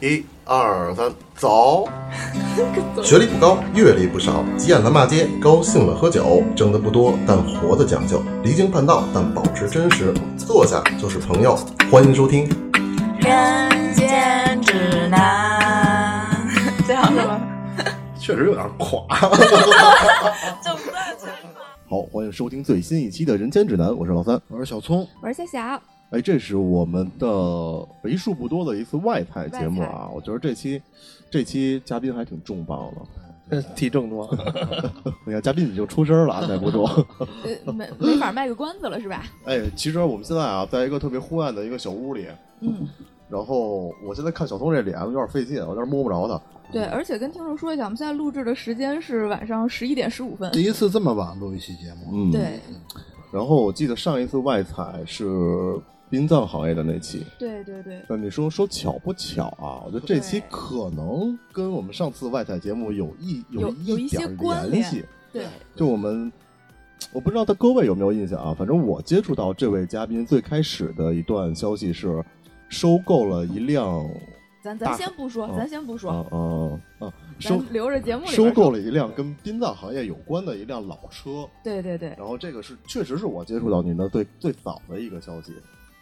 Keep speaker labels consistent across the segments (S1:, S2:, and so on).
S1: 一二三，走！
S2: 学历不高，阅历不少，急眼了骂街，高兴了喝酒，挣得不多但活得讲究，离经叛道但保持真实，坐下就是朋友。欢迎收听，
S3: 人间指南，这样是吗？
S1: 确实有点垮。
S3: 就不断去。
S2: 好，欢迎收听最新一期的《人间指南》，我是老三。
S1: 我是小聪，
S4: 我是夏夏，
S2: 哎，这是我们的为数不多的一次外派节目
S4: 外
S2: 啊！我觉得这期这期嘉宾还挺重磅的。
S1: 体正多，
S2: 你看，嘉宾已经出声了，啊耐不住。
S4: 呃，没没法卖个关子了是吧？
S2: 哎，其实我们现在啊，在一个特别昏暗的一个小屋里，
S4: 嗯，
S2: 然后我现在看小聪这脸有点费劲，我有点摸不着他。
S4: 对，而且跟听众说一下，我们现在录制的时间是晚上十一点十五 分。
S5: 第一次这么晚录一期节目，
S2: 嗯，
S4: 对
S2: 然后我记得上一次外采是殡葬行业的那期，
S4: 对对对，
S2: 那你说说巧不巧啊？我觉得这期
S4: 对
S2: 可能跟我们上次外采节目有一
S4: 有有
S2: 一
S4: 一些
S2: 点
S4: 关
S2: 联
S4: 联
S2: 系。
S4: 对，
S2: 就我们，我不知道他各位有没有印象啊？反正我接触到这位嘉宾最开始的一段消息是，收购了一辆，
S4: 咱
S2: 大
S4: 咱先不说，
S2: 嗯
S4: 咱先不说，
S2: 啊啊啊，收
S4: 咱留着节目里
S2: 收
S4: 边
S2: 购
S4: 说。
S2: 了一辆跟殡葬行业有关的一辆老车。
S4: 对对对，
S2: 然后这个是确实是我接触到您的最最早的一个消息，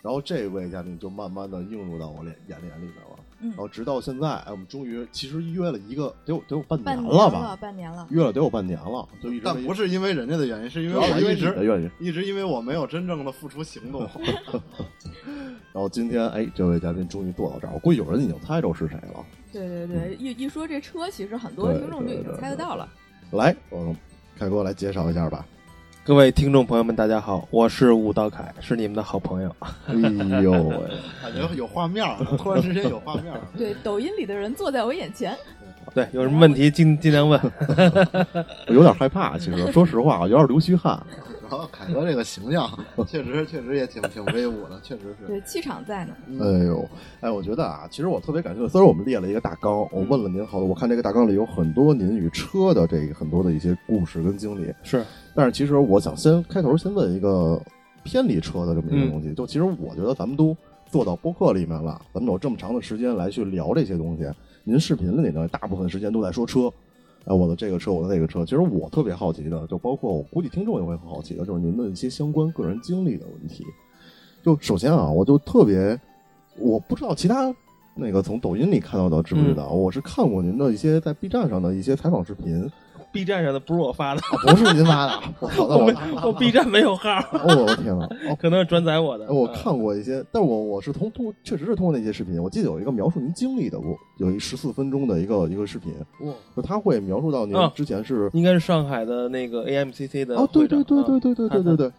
S2: 然后这位嘉宾就慢慢的映入到我脸眼帘里面了，
S4: 嗯
S2: 然后直到现在，哎，我们终于其实约了一个得有得有半
S4: 半年
S2: 了吧，
S4: 半年了。
S2: 约了得有半年了，就一直
S5: 但不
S2: 是
S5: 是因为人家的原因，哦是因为哦
S2: 主要
S5: 我
S2: 是因为
S5: 一
S2: 你的
S5: 直
S2: 原因。
S5: 一直因为我没有真正的付出行动。
S2: 然后今天哎，这位嘉宾终于坐到这儿，我估计有人已经猜着是谁了。
S4: 对对对，一一说这车，其实很多
S2: 嗯对
S4: 听众就已
S2: 对
S4: 经
S2: 对
S4: 猜得到了。
S2: 来，嗯，凯哥来介绍一下 吧。
S6: 各位听众朋友们，大家好，我是武道凯，是你们的好朋友。
S2: 哎呦喂，
S5: 感觉有画面了，突然之间有画面 了。
S4: 对，抖音里的人坐在我眼前，
S6: 对，有什么问题尽尽量问。
S2: 我有点害怕，其实说实话，我有点流虚汗。
S5: 然后哦凯哥这个形象， 确实确实也挺挺威武的，确实是。
S4: 对，气场在呢。
S2: 哎呦，哎，我觉得啊，其实我特别感谢，虽然我们列了一个大纲，我问了您好多，我看这个大纲里有很多您与车的这个很多的一些故事跟经历，
S6: 是，
S2: 但是其实我想先开头先问一个偏离车的这么一个东西，就其实我觉得咱们都做到播客里面了，咱们有这么长的时间来去聊这些东西，您视频里呢大部分时间都在说车。哎，我的这个车，我的那个车，其实我特别好奇的，就包括我估计听众也会很好奇的，就是您的一些相关个人经历的问题。就首先啊，我就特别，我不知道其他那个从抖音里看到的知不知道，我是看过您的一些在 B 站上的一些采访视频，
S6: B 站上的不是我发的，
S2: 啊、不是您发的，我操，那
S6: 我
S2: 我
S6: 没，我 B 站没有号，
S2: 哦，我天哪！哦，
S6: 哦 可能是转载我的。
S2: 我
S6: 嗯
S2: 看过一些，但我我是通通，确实是通过那些视频。我记得有一个描述您经历的，我有一十四分钟的一个一个视频，
S5: 哇，
S2: 就他会描述到您
S6: 啊
S2: 之前是
S6: 应该是上海的那个 AMCC 的
S2: 啊，对
S6: 会长
S2: 对对对
S6: 啊
S2: 对对对对对。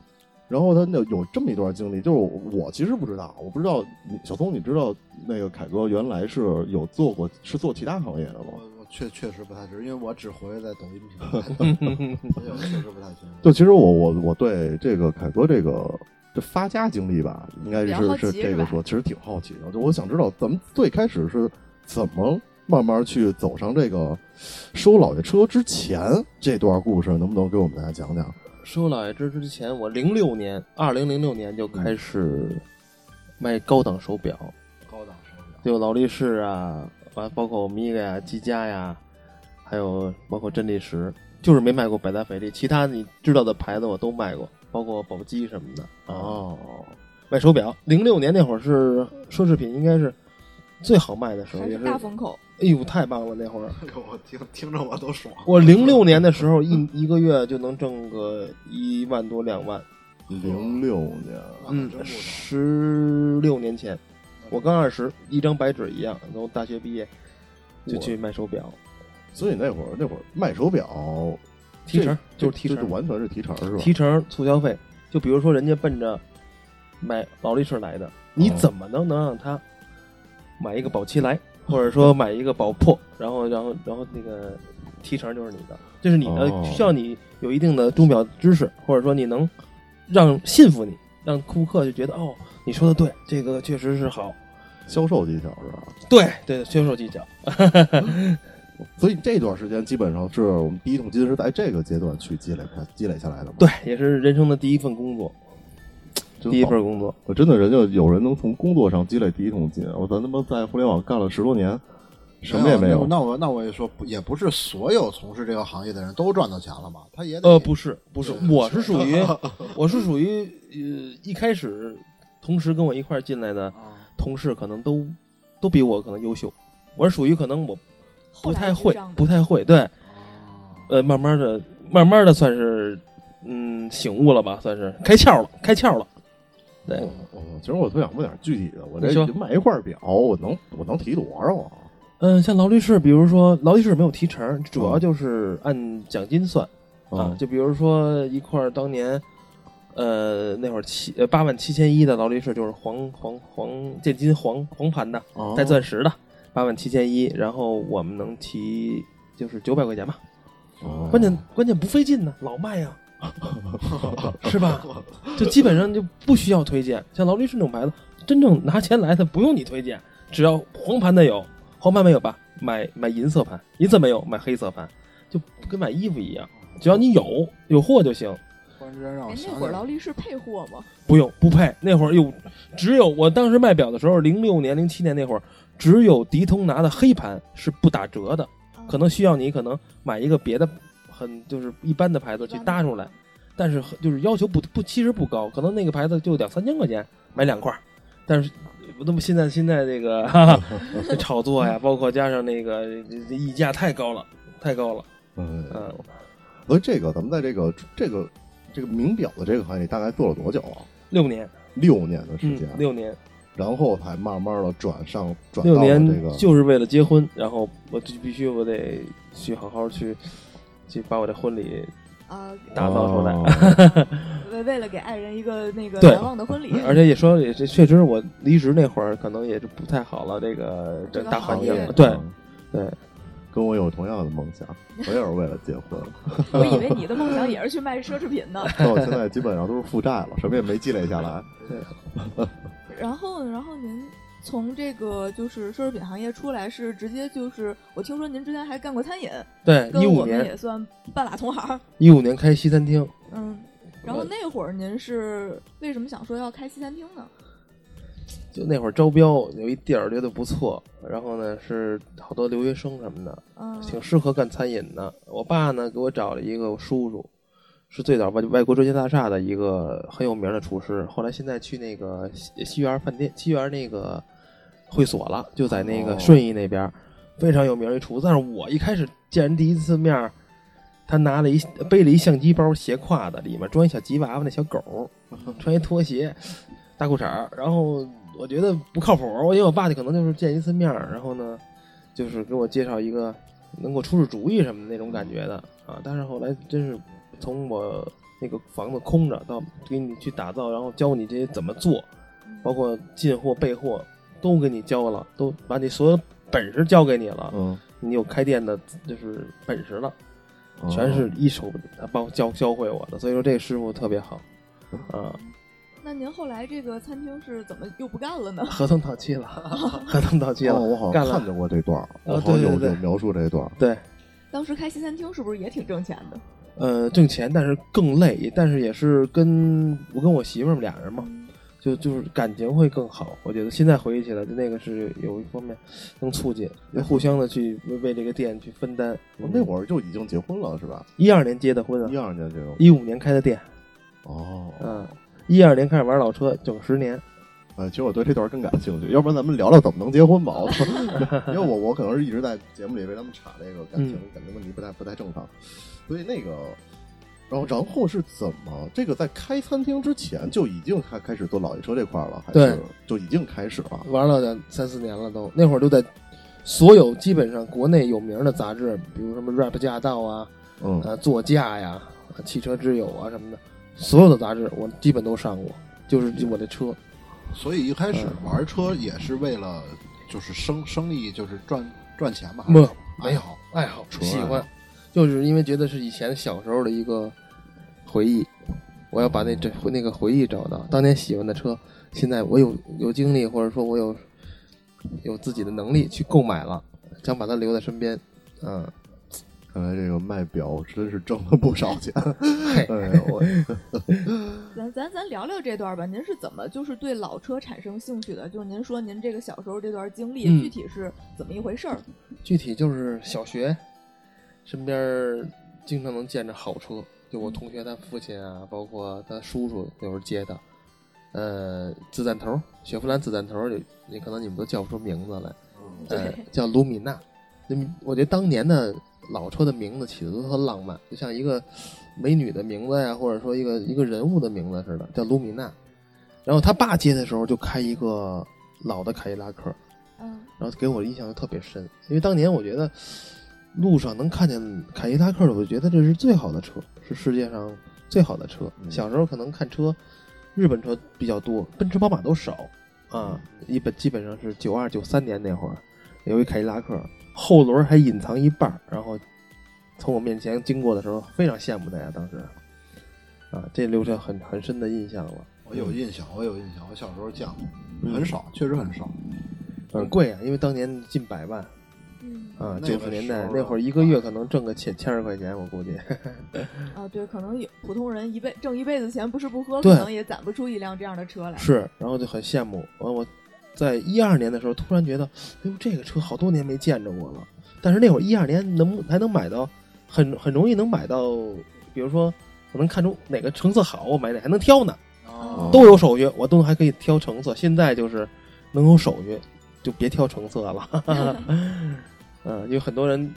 S2: 然后他那有这么一段经历，就是我我其实不知道，我不知道你小聪，你知道那个凯哥原来是有做过是做其他行业的吗？
S5: 我我确确实不太知道，因为我只活跃在抖音 平台，所以我确实不太清楚。
S2: 就其实我我我对这个凯哥这个这发家经历吧，应该
S4: 比较好
S2: 是
S4: 奇
S2: 是这
S4: 是
S2: 个
S4: 吧
S2: 说，其实挺好奇的。就我想知道咱们最开始是怎么慢慢去走上这个收老爷车之前这段故事，能不能给我们大家讲讲？
S6: 收老爷车之前，我零六年，二零零六年就开始卖高档手表，
S5: 高档手表，
S6: 有劳力士啊，完包括欧米伽呀、积家呀，还有包括真力时，就是没卖过百达翡丽，其他你知道的牌子我都卖过，包括宝玑什么的。啊
S2: 哦，
S6: 卖手表，零六年那会儿是奢侈品应该是最好卖的时候，
S4: 还
S6: 也
S4: 是
S6: 是
S4: 大风口，
S2: 哦
S6: 哎呦太棒了那会儿。
S5: 哎呦，我听听着我都爽。
S6: 我零六年的时候一一个月就能挣个一万多两万，
S2: 零六年，
S6: 嗯
S5: 真，不少
S6: 十六年前，我刚二十，一张白纸一样，从大学毕业就去卖手表，
S2: 所以那会儿那会儿卖手表
S6: 提成
S2: 这
S6: 就是提
S2: 这
S6: 成
S2: 就完全是提成是吧？
S6: 提成促销费。就比如说人家奔着买劳力士来的，你
S2: 哦
S6: 怎么能能让他买一个宝奇来，或 者说买一个宝珀，然后然后然后那个提成就是你的，这是你的
S2: 哦，
S6: 需要你有一定的钟表知识，或者说你能让信服你，让顾客就觉得哦，你说的对，这个确实是好，
S2: 销售技巧是吧？
S6: 对对，销售技巧。
S2: 所以这段时间基本上是我们第一桶金是在这个阶段去积累下积累下来的嘛？
S6: 对，也是人生的第一份工作，
S2: 真
S6: 第一
S2: 好
S6: 份工作。
S2: 我真的人家有人能从工作上积累第一桶金，我咱他妈在互联网干了十多年，什么也没有。
S5: 那我那我也说，不也不是所有从事这个行业的人都赚到钱了嘛，他也得
S6: 呃，不是，不是，我是属于，我是属于，呃，一开始同时跟我一块儿进来的
S5: 啊
S6: 同事，可能都都比我可能优秀。我是属于可能我
S4: 后
S6: 不
S4: 来
S6: 太
S4: 就
S6: 会
S4: 这样，的
S6: 不太会，对，呃，慢慢的，慢慢的算是，嗯，醒悟了吧，算是开窍了，开窍了。对，
S2: 嗯其实我特想问点具体的，我
S6: 你
S2: 这
S6: 说
S2: 卖一块表，我能我能提多少啊？
S6: 嗯、像劳力士，比如说劳力士没有提成，主要就是按奖金算、啊
S2: 嗯。
S6: 就比如说一块儿当年，呃，那会儿七呃八万七千一的劳力士，就是黄黄黄建金黄黄盘的，
S2: 哦
S6: 带钻石的，八万七千一。然后我们能提就是九百块钱吧，
S2: 哦
S6: 关键关键不费劲呢，老卖呀、 是吧？就基本上就不需要推荐，像劳力士这种牌子，真正拿钱来的不用你推荐，只要黄盘的有，黄盘没有吧，买买银色盘，银色没有买黑色盘，就跟买衣服一样，只要你有有货就行，
S5: 突然之间让
S4: 哎
S5: 我，想
S4: 那
S5: 起
S4: 会
S5: 来
S4: 儿
S5: 了
S4: 劳力士配货吗？
S6: 不用不配。那会儿有只有我当时卖表的时候，零六年零七年那会儿，只有迪通拿的黑盘是不打折的，可能需要你可能买一个别的很就是一般的牌子去搭出来。但是很就是要求不不其实不高，可能那个牌子就两三千块钱买两块儿，但是那么现在现在这个哈哈这炒作呀，包括加上那个这这溢价太高了，太高了，
S2: 嗯，
S6: 嗯，
S2: 所以这个咱们在这个这个这个名表的这个行业里大概做了多久啊？
S6: 六年，
S2: 六年的时
S6: 嗯
S2: 间，，
S6: 六年，
S2: 然后才慢慢的转上转
S6: 六
S2: 到了这
S6: 年
S2: 个
S6: 就是为了结婚，然后我就必须我得去好好去去把我的婚礼
S4: 啊，
S6: 打造出来，
S2: 哦
S4: 为为了给爱人一个那个
S6: 对
S4: 难忘的 婚礼，
S6: 而且也说也是确实我离职那会儿可能也是不太好了，这个
S4: 这个
S6: 大环境
S4: 行业，
S6: 对
S2: 嗯
S6: 对，
S2: 跟我有同样的梦想，我也是为了结婚，
S6: 嗯
S4: 我以为你的梦想也是去卖奢侈品 呢。
S2: 但我现在基本上都是负债了，什么也没积累下来。
S4: 然后，然后您从这个就是奢侈品行业出来，是直接就是我听说您之前还干过餐饮，
S6: 对，
S4: 跟
S6: 一
S4: 我
S6: 五
S4: 们
S6: 年
S4: 也算半拉同 行。
S6: 一五年开西餐厅，
S4: 嗯，然
S6: 呃
S4: 后那会儿您是为什么想说要开西餐厅呢？
S6: 就那会儿招标有一地儿觉得不错，然后呢是好多留学生什么的，
S4: 嗯，
S6: 挺适合干餐饮的。我爸呢给我找了一个叔叔，是最早外外国中心大厦的一个很有名的厨师，后来现在去那个西西园饭店、西园那个会所了，就在那个顺义那边，非常有名一厨子。但是我一开始见人第一次面儿，他拿了一背了一相机包，斜挎的，里面装一小吉娃娃，那小狗，穿一拖鞋，大裤衩儿。然后我觉得不靠谱，因为我爸就可能就是见一次面儿，然后呢，就是给我介绍一个能给我出出主意什么的那种感觉的啊。但是后来真是从我那个房子空着到给你去打造，然后教你这些怎么做，包括进货备货都给你教了，都把你所有本事教给你了，
S2: 嗯，
S6: 你有开店的就是本事了。
S2: 哦
S6: 全是一手他帮我教教会我的，所以说这个师傅特别好，啊，
S4: 那您后来这个餐厅是怎么又不干了呢？
S6: 合同到期了，合同到期了，
S2: 哦，我好
S6: 干
S2: 像
S6: 了
S2: 看见过这段儿，我
S6: 啊
S2: 好像有
S6: 对对对
S2: 有描述这段儿。
S6: 对，
S4: 当时开西餐厅是不是也挺挣钱的？
S6: 呃，挣钱，但是更累，但是也是跟我跟我媳妇儿俩人嘛，就就是感情会更好。我觉得现在回忆起来，就那个是有一方面能促进，互相的去为为这个店去分担。
S2: 我哦嗯那会儿就已经结婚了，是吧？
S6: 一二年结的婚
S2: 一
S6: 啊，
S2: 二年这种。
S6: 一五年开的店，
S2: 哦，
S6: 嗯，一二年开始玩老车，整十年，
S2: 呃，其实我对这段更感兴趣，要不然咱们聊聊怎么能结婚吧。我 操因为我我可能是一直在节目里为他们插这个感
S6: 嗯
S2: 情、感情问题不太不太正常，所以那个，然后然后是怎么这个在开餐厅之前就已经开开始做老爷车这块儿了，还
S6: 对
S2: 是就已经开始了？
S6: 玩了两三四年了都，那会儿都在所有基本上国内有名的杂志，比如什么 Rap 驾到啊、
S2: 嗯，
S6: 啊座驾呀、啊汽车之友啊什么的，所有的杂志我基本都上过，就是我这车。
S5: 所以一开始玩车也是为了就是生生意，就是赚赚钱嘛，还
S6: 不
S5: 是
S6: 没有
S5: 爱好
S6: 爱好
S2: 纯爱
S6: 喜欢，就是因为觉得是以前小时候的一个回忆，我要把那这那个回忆找到。当年喜欢的车，现在我有有精力，或者说我有有自己的能力去购买了，想把它留在身边。嗯，
S2: 看来这个卖表真是挣了不少钱。哎呦，我
S4: 咱咱咱聊聊这段吧，您是怎么就是对老车产生兴趣的？就是您说您这个小时候这段经历，
S6: 嗯
S4: 具体是怎么一回事儿？
S6: 具体就是小学，身边儿经常能见着好车，就我同学他父亲啊，包括他叔叔有时候接他，呃，子弹头，雪佛兰子弹头，你你可能你们都叫不出名字来，
S4: 嗯
S6: 呃，叫卢米娜。那么我觉得当年的老车的名字起的都特浪漫，就像一个美女的名字呀，或者说一个一个人物的名字似的，叫卢米娜。然后他爸接的时候就开一个老的凯迪拉克，
S4: 嗯
S6: 然后给我的印象就特别深，因为当年我觉得路上能看见凯迪拉克的，我觉得这是最好的车，是世界上最好的车。
S2: 嗯
S6: 小时候可能看车，日本车比较多，奔驰、宝马都少啊，一本基本上是九二、九三年那会儿有一凯迪拉克，后轮还隐藏一半儿，然后从我面前经过的时候，非常羡慕大家当时啊，这留下很很深的印象了。
S5: 我有印象，我有印象，我小时候见过，
S6: 嗯
S5: 很少，确实很少。
S6: 很贵啊，因为当年近百万，
S4: 嗯
S6: 啊，
S5: 那
S6: 九
S5: 个
S6: 十年
S5: 时
S6: 代
S5: 候啊
S6: 那会儿，一个月可能挣个千千十块钱，我 估计。
S4: 啊，对，可能有普通人一辈挣一辈子钱不吃不喝，
S6: 对
S4: 可能也攒不出一辆这样的车来。
S6: 是，然后就很羡慕。完，我在一二年的时候，突然觉得，哎呦，这个车好多年没见着我了。但是那会儿一二年能还能买到，很很容易能买到，比如说我能看出哪个成色好，我买哪还能挑呢，
S4: 哦
S6: 都有手续，我都还可以挑成色。现在就是能有手续，就别挑成色了。 嗯，有很多人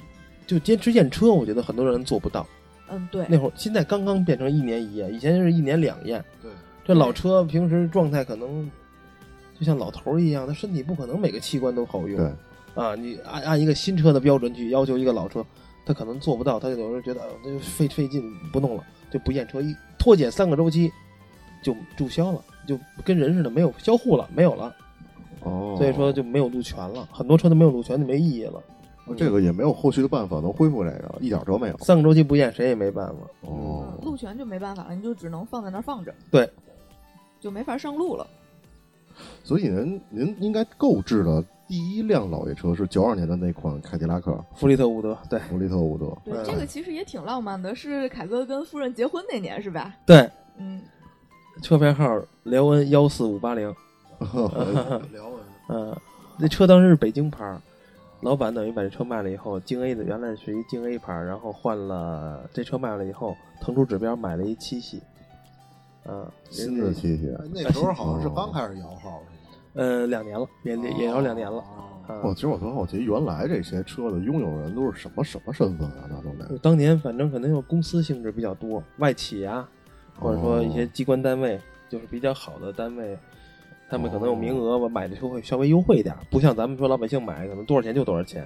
S6: 就坚持验车，我觉得很多人做不到。
S4: 嗯，对，
S6: 那会儿现在刚刚变成一年一验，以前是一年两验。
S5: 啊对，
S6: 这老车平时状态可能就像老头儿一样，他身体不可能每个器官都好用。
S2: 对，
S6: 啊，你按按一个新车的标准去要求一个老车，他可能做不到，他有时候觉得呃那就费费劲，不弄了，就不验车，一拖检三个周期就注销了，就跟人似的没有交互了，没有了，
S2: 哦，
S6: 所以说就没有路权了，很多车都没有路权就没意义了。
S2: 这个也没有后续的办法能恢复这个，一点辙没有。
S6: 三个周期不验，谁也没办法。
S4: 嗯，
S2: 哦，
S4: 路权就没办法了，你就只能放在那儿放着，
S6: 对，
S4: 就没法上路了。
S2: 所以您您应该购置的第一辆老爷车是九二年的那款凯迪拉克
S6: 弗利特伍德，对
S2: 弗利特伍 德。
S4: 对，
S6: 嗯
S4: 这个其实也挺浪漫的，是凯哥跟夫人结婚那年是吧？
S6: 对，
S4: 嗯，
S6: 车牌号辽恩幺四五八零。
S5: 聊我
S6: 嗯，那车当时是北京牌儿，老板等于把这车卖了以后，京 A 的原来是一京 A 牌儿，然后换了这车卖了以后，腾出指标买了一七系，啊，
S2: 新的
S6: 系，
S2: 器械。
S5: 哎那时候好像是刚开始摇号，
S6: 呃，两年了，也
S5: 是吧
S6: 嗯也也要两年了，
S5: 哦
S6: 啊
S2: 哦，，其实我特好奇，原来这些车的拥有人都是什么什么身份啊？那都得
S6: 就当年反正可能有公司性质比较多，外企啊，或者说一些机关单位，就是比较好的单位。他们可能有名额吧，买的车会稍微优惠点儿，不像咱们说老百姓买可能多少钱就多少钱。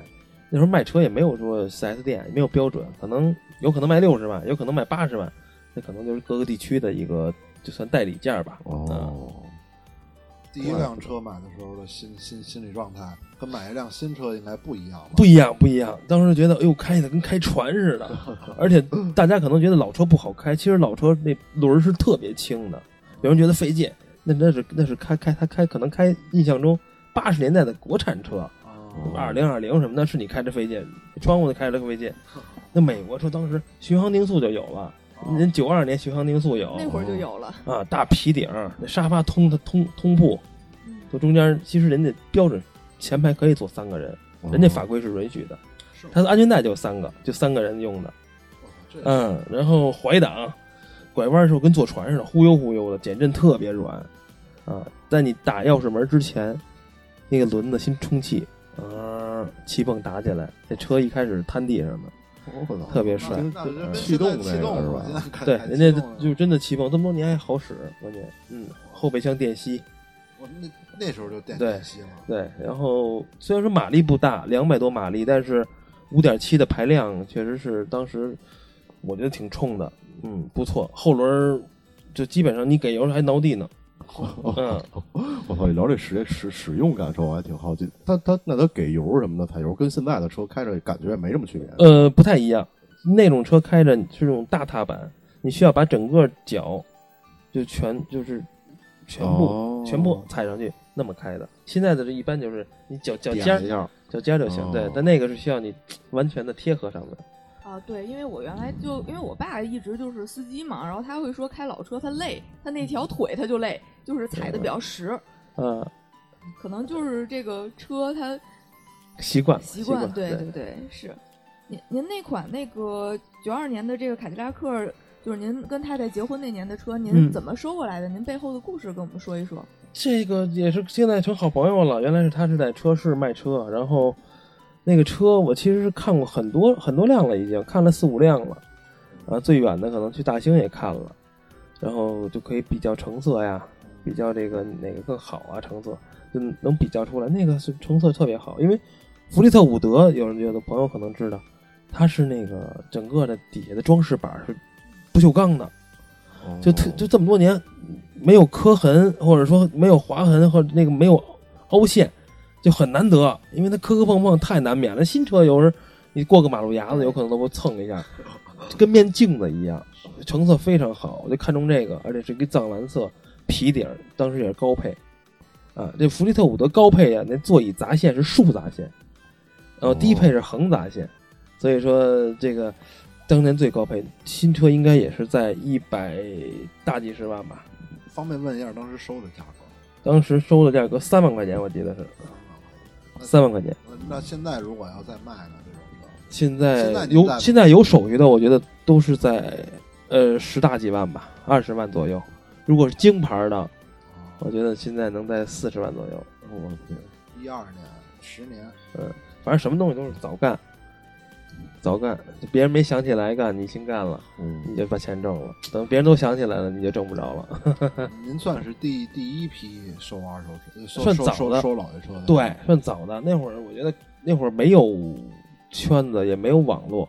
S6: 那时候卖车也没有说 4S 店，也没有标准，可能有可能卖六十万，有可能卖八十万，那可能就是各个地区的一个就算代理价吧。嗯，
S2: 哦，
S5: 第一辆车买的时候的心心心理状态，跟买一辆新车应该不一样吧？
S6: 不一样，不一样。当时觉得，哎呦，开的跟开船似的， 而且大家可能觉得老车不好开，其实老车那轮儿是特别轻的，有人觉得费劲，那那是那是开开他开可能开印象中八十年代的国产车，
S4: 哦
S5: 啊
S6: 二零二零什么的，是你开着费劲，窗户开着费劲。那美国车当时巡航定速就有了，人九二年巡航定速有
S4: 哦那会儿就有了。
S6: 啊，大皮顶儿，那沙发通的通通铺，
S4: 嗯
S6: 就中间其实人家标准前排可以坐三个人，
S2: 哦
S4: 哦
S6: 人家法规是允许的，
S5: 是吗
S6: 它的安全带就三个，就三个人用的。
S5: 这
S6: 嗯，然后怀挡拐弯的时候跟坐船似的，忽悠忽悠的，减震特别软啊。在你打钥匙门之前，那个轮子先充气，啊，气泵打起来，这车一开始摊地上的，
S2: 我操
S6: 特别帅。
S5: 哦
S6: 嗯
S5: 那那跟
S2: 气哦呃动
S5: 现在气动
S2: 那个是吧
S5: 现在看
S6: 对，
S5: 还
S6: 人
S5: 气
S6: 家
S5: 动呢
S6: 就真的气泵，这么多年还好使，关键，嗯，后备箱电吸，
S5: 我那那时候就电
S6: 对
S5: 电吸了，
S6: 对，然后虽然说马力不大，两百多马力，但是五点七的排量确实是当时我觉得挺冲的，嗯，不错。后轮儿就基本上你给油还 挠地呢，嗯，
S2: 我操！你聊这使使使用感受，我还挺好奇。它它那它给油什么的，踩油跟现在的车开着感觉也没什么区别。
S6: 呃，不太一样。那种车开着是那种大踏板，你需要把整个脚就全就是全部、
S2: 哦
S6: 全部踩上去那么开的。现在的这一般就是你脚脚尖
S2: 点
S6: 儿
S2: 一下，
S6: 脚尖儿就行，
S2: 哦
S6: 对，但那个是需要你完全的贴合上面。
S4: 啊，对，因为我原来就因为我爸一直就是司机嘛，然后他会说开老车他累，他那条腿他就累，就是踩的比较实，
S6: 嗯，
S4: 可能就是这个车它
S6: 习惯
S4: 习
S6: 惯，
S4: 对
S6: 对，
S4: 对，是。您您那款那个九二年的这个凯迪拉克，就是您跟太太结婚那年的车，您
S6: 嗯
S4: 怎么收过来的？您背后的故事跟我们说一说。
S6: 这个也是现在成好朋友了。原来是他是在车市卖车，然后那个车我其实是看过很多很多辆了，已经看了四五辆了。啊，最远的可能去大兴也看了，然后就可以比较成色呀，比较这个哪个更好啊，成色就能比较出来。那个是成色特别好，因为福利特伍德，有人有的朋友可能知道，它是那个整个的底下的装饰板是不锈钢的，就特就这么多年没有磕痕，或者说没有划痕，或者那个没有凹陷，就很难得，因为它磕磕碰碰太难免了。新车有时候你过个马路牙子，有可能都会蹭一下，跟面镜子一样，成色非常好，我就看中这个，而且是一个藏蓝色皮底儿，当时也是高配。啊，这福利特伍德高配啊，那座椅砸线是竖砸线，然后低配是横砸线，所以说这个当年最高配新车应该也是在一百大几十万吧，
S5: 方便问一下当时收的价格吗？
S6: 当时收的价格三万块钱，我记得
S5: 嗯
S6: 是三万块钱。
S5: 那呃那现在如果要再卖呢，这种车
S6: 现在
S5: 现在
S6: 有
S5: 您在
S6: 现在有手续的，我觉得都是在呃十大几万吧，二十万左右。如果是京牌的，我觉得现在能在四十万左右。
S2: 我天，
S5: 啊一二年、十年，
S6: 反正什么东西都是早干，早干，别人没想起来干，你先干了，
S2: 嗯，
S6: 你就把钱挣了。等别人都想起来了，你就挣不着了。
S5: 您算是第第一批收二手车，呃收
S6: 嗯算
S5: 收
S6: 早的
S5: 收收老爷车的，
S6: 对，算早的。那会儿我觉得那会儿没有圈子，也没有网络，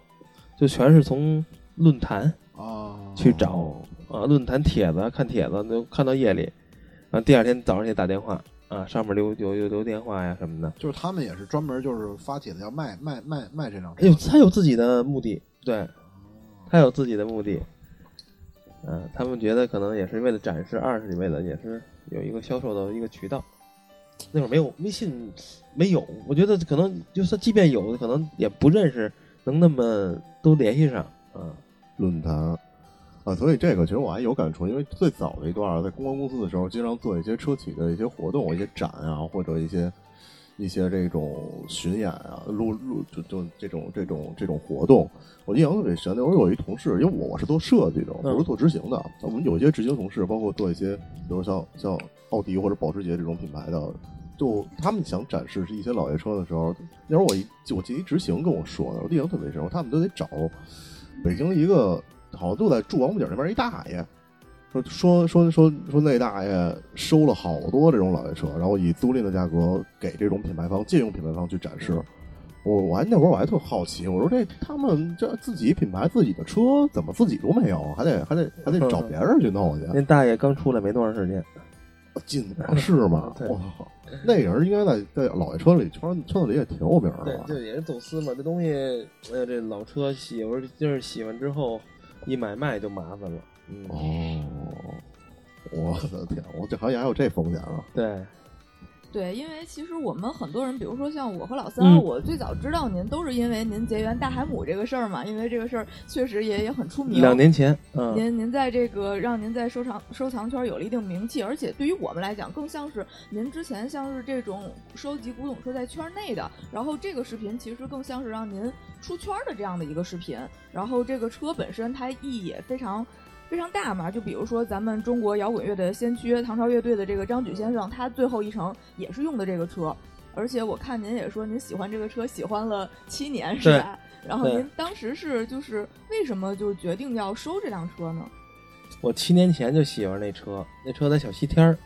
S6: 就全是从论坛
S5: 啊，
S6: 去找啊，论坛帖子看帖子，就看到夜里，啊，第二天早上也打电话啊，上面留留留留电话呀什么的。
S5: 就是他们也是专门就是发帖子要卖卖卖卖这辆车
S6: 哎呦，，他有自己的目的，哦对，他有自己的目的。嗯、他们觉得可能也是为了展示，二是为了也是有一个销售的一个渠道。那会儿没有微信，没有，我觉得可能就算即便有，可能也不认识，能那么都联系上啊。
S2: 论坛啊，所以这个其实我还有感触，因为最早的一段儿在公关公司的时候，经常做一些车企的一些活动、一些展啊，或者一些一些这种巡演啊、录录就就这种这种这种活动，我印象特别深。那会儿有一同事，因为我我是做设计的，我是做执行的，我们有一些执行同事，包括做一些，比如像像奥迪或者保时捷这种品牌的。就他们想展示一些老爷车的时候，那会儿我一我记得一执行跟我说的，我印象特别深，他们都得找北京一个好像就在住王府井那边一大爷，说说说说说那大爷收了好多这种老爷车，然后以租赁的价格给这种品牌方、借用品牌方去展示。我我还那会儿我还特好奇，我说这他们这自己品牌自己的车怎么自己都没有，还得还得还得找别人去弄去？
S6: 那大爷刚出来没多长时间，
S2: 进是吗？
S6: 对
S2: 我操，那人应该在在老爷车里圈圈子里也挺有名儿的
S6: 对
S2: 吧，？
S6: 这也是走私嘛。这东西，哎呀，这老车喜，有时候就是喜欢之后一买卖就麻烦了。嗯，
S2: 哦，我的天，我这行业还有这风险啊！
S6: 对，
S4: 对，因为其实我们很多人，比如说像我和老三，
S6: 嗯
S4: 我最早知道您都是因为您结缘大海姆这个事儿嘛，因为这个事儿确实也也很出名。
S6: 两年前，嗯，
S4: 您您在这个让您在收藏收藏圈有了一定名气，而且对于我们来讲，更像是您之前像是这种收集古董车在圈内的，然后这个视频其实更像是让您出圈的这样的一个视频，然后这个车本身它意义也非常。非常大嘛，就比如说咱们中国摇滚乐的先驱唐朝乐队的这个张举先生，他最后一程也是用的这个车，而且我看您也说您喜欢这个车，喜欢了七年是
S6: 对
S4: 吧？然后
S6: 对
S4: 您当时是就是为什么就决定要收这辆车呢？
S6: 我七年前就喜欢那车，那车在小西天儿，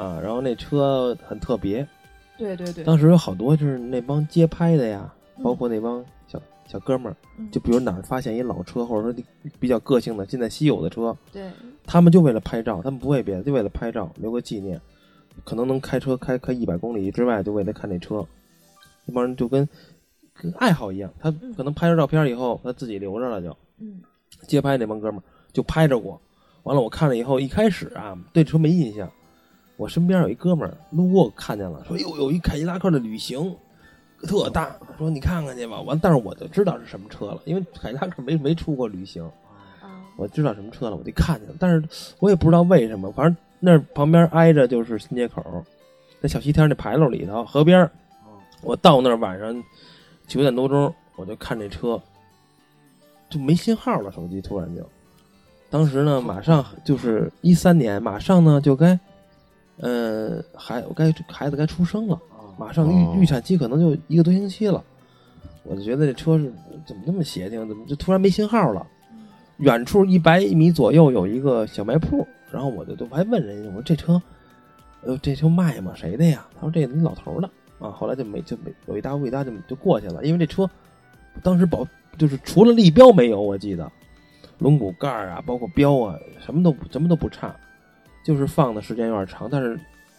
S6: 啊，然后那车很特别，
S4: 对对对，
S6: 当时有好多就是那帮街拍的呀，
S4: 嗯
S6: 包括那帮小小哥们儿，
S4: 嗯
S6: 就比如哪儿发现一老车，或者说比较个性的、现在稀有的车，
S4: 对
S6: 他们就为了拍照，他们不为别的，就为了拍照留个纪念，可能能开车开开一百公里之外，就为了看那车，这帮人就跟跟爱好一样，他可能拍着照片以后，他自己留着了就。
S4: 嗯
S6: 街拍那帮哥们儿就拍着我，完了我看了以后，一开始啊对车没印象，我身边有一哥们儿路过看见了，说哟有一凯迪拉克的旅行，特大，说你看看去吧。完，但是我就知道是什么车了，因为凯迪拉克没没出过旅行，
S4: 啊，
S6: 我知道什么车了，我就看见了。但是我也不知道为什么，反正那儿旁边挨着就是新街口，在小西天那牌楼里头，河边儿。我到那儿晚上九点多钟，我就看这车就没信号了，手机突然就。当时呢，马上就是一三年，马上呢就该，呃，孩我该孩子该出生了，
S5: 啊嗯
S6: 马上
S2: 哦
S6: 预预产期可能就一个多星期了。我就觉得这车是怎么这么邪性，怎么就突然没信号了？远处一百米左右有一个小卖铺，然后我就就还问人家，我说这车，呃，这车卖吗？谁的呀？他说这你老头儿的啊。后来就没就没有一搭无一搭就就过去了，因为这车当时保就是除了立标没有，我记得轮毂盖儿啊，包括标啊，什么都不什么都不差，就是放的时间有点长，但是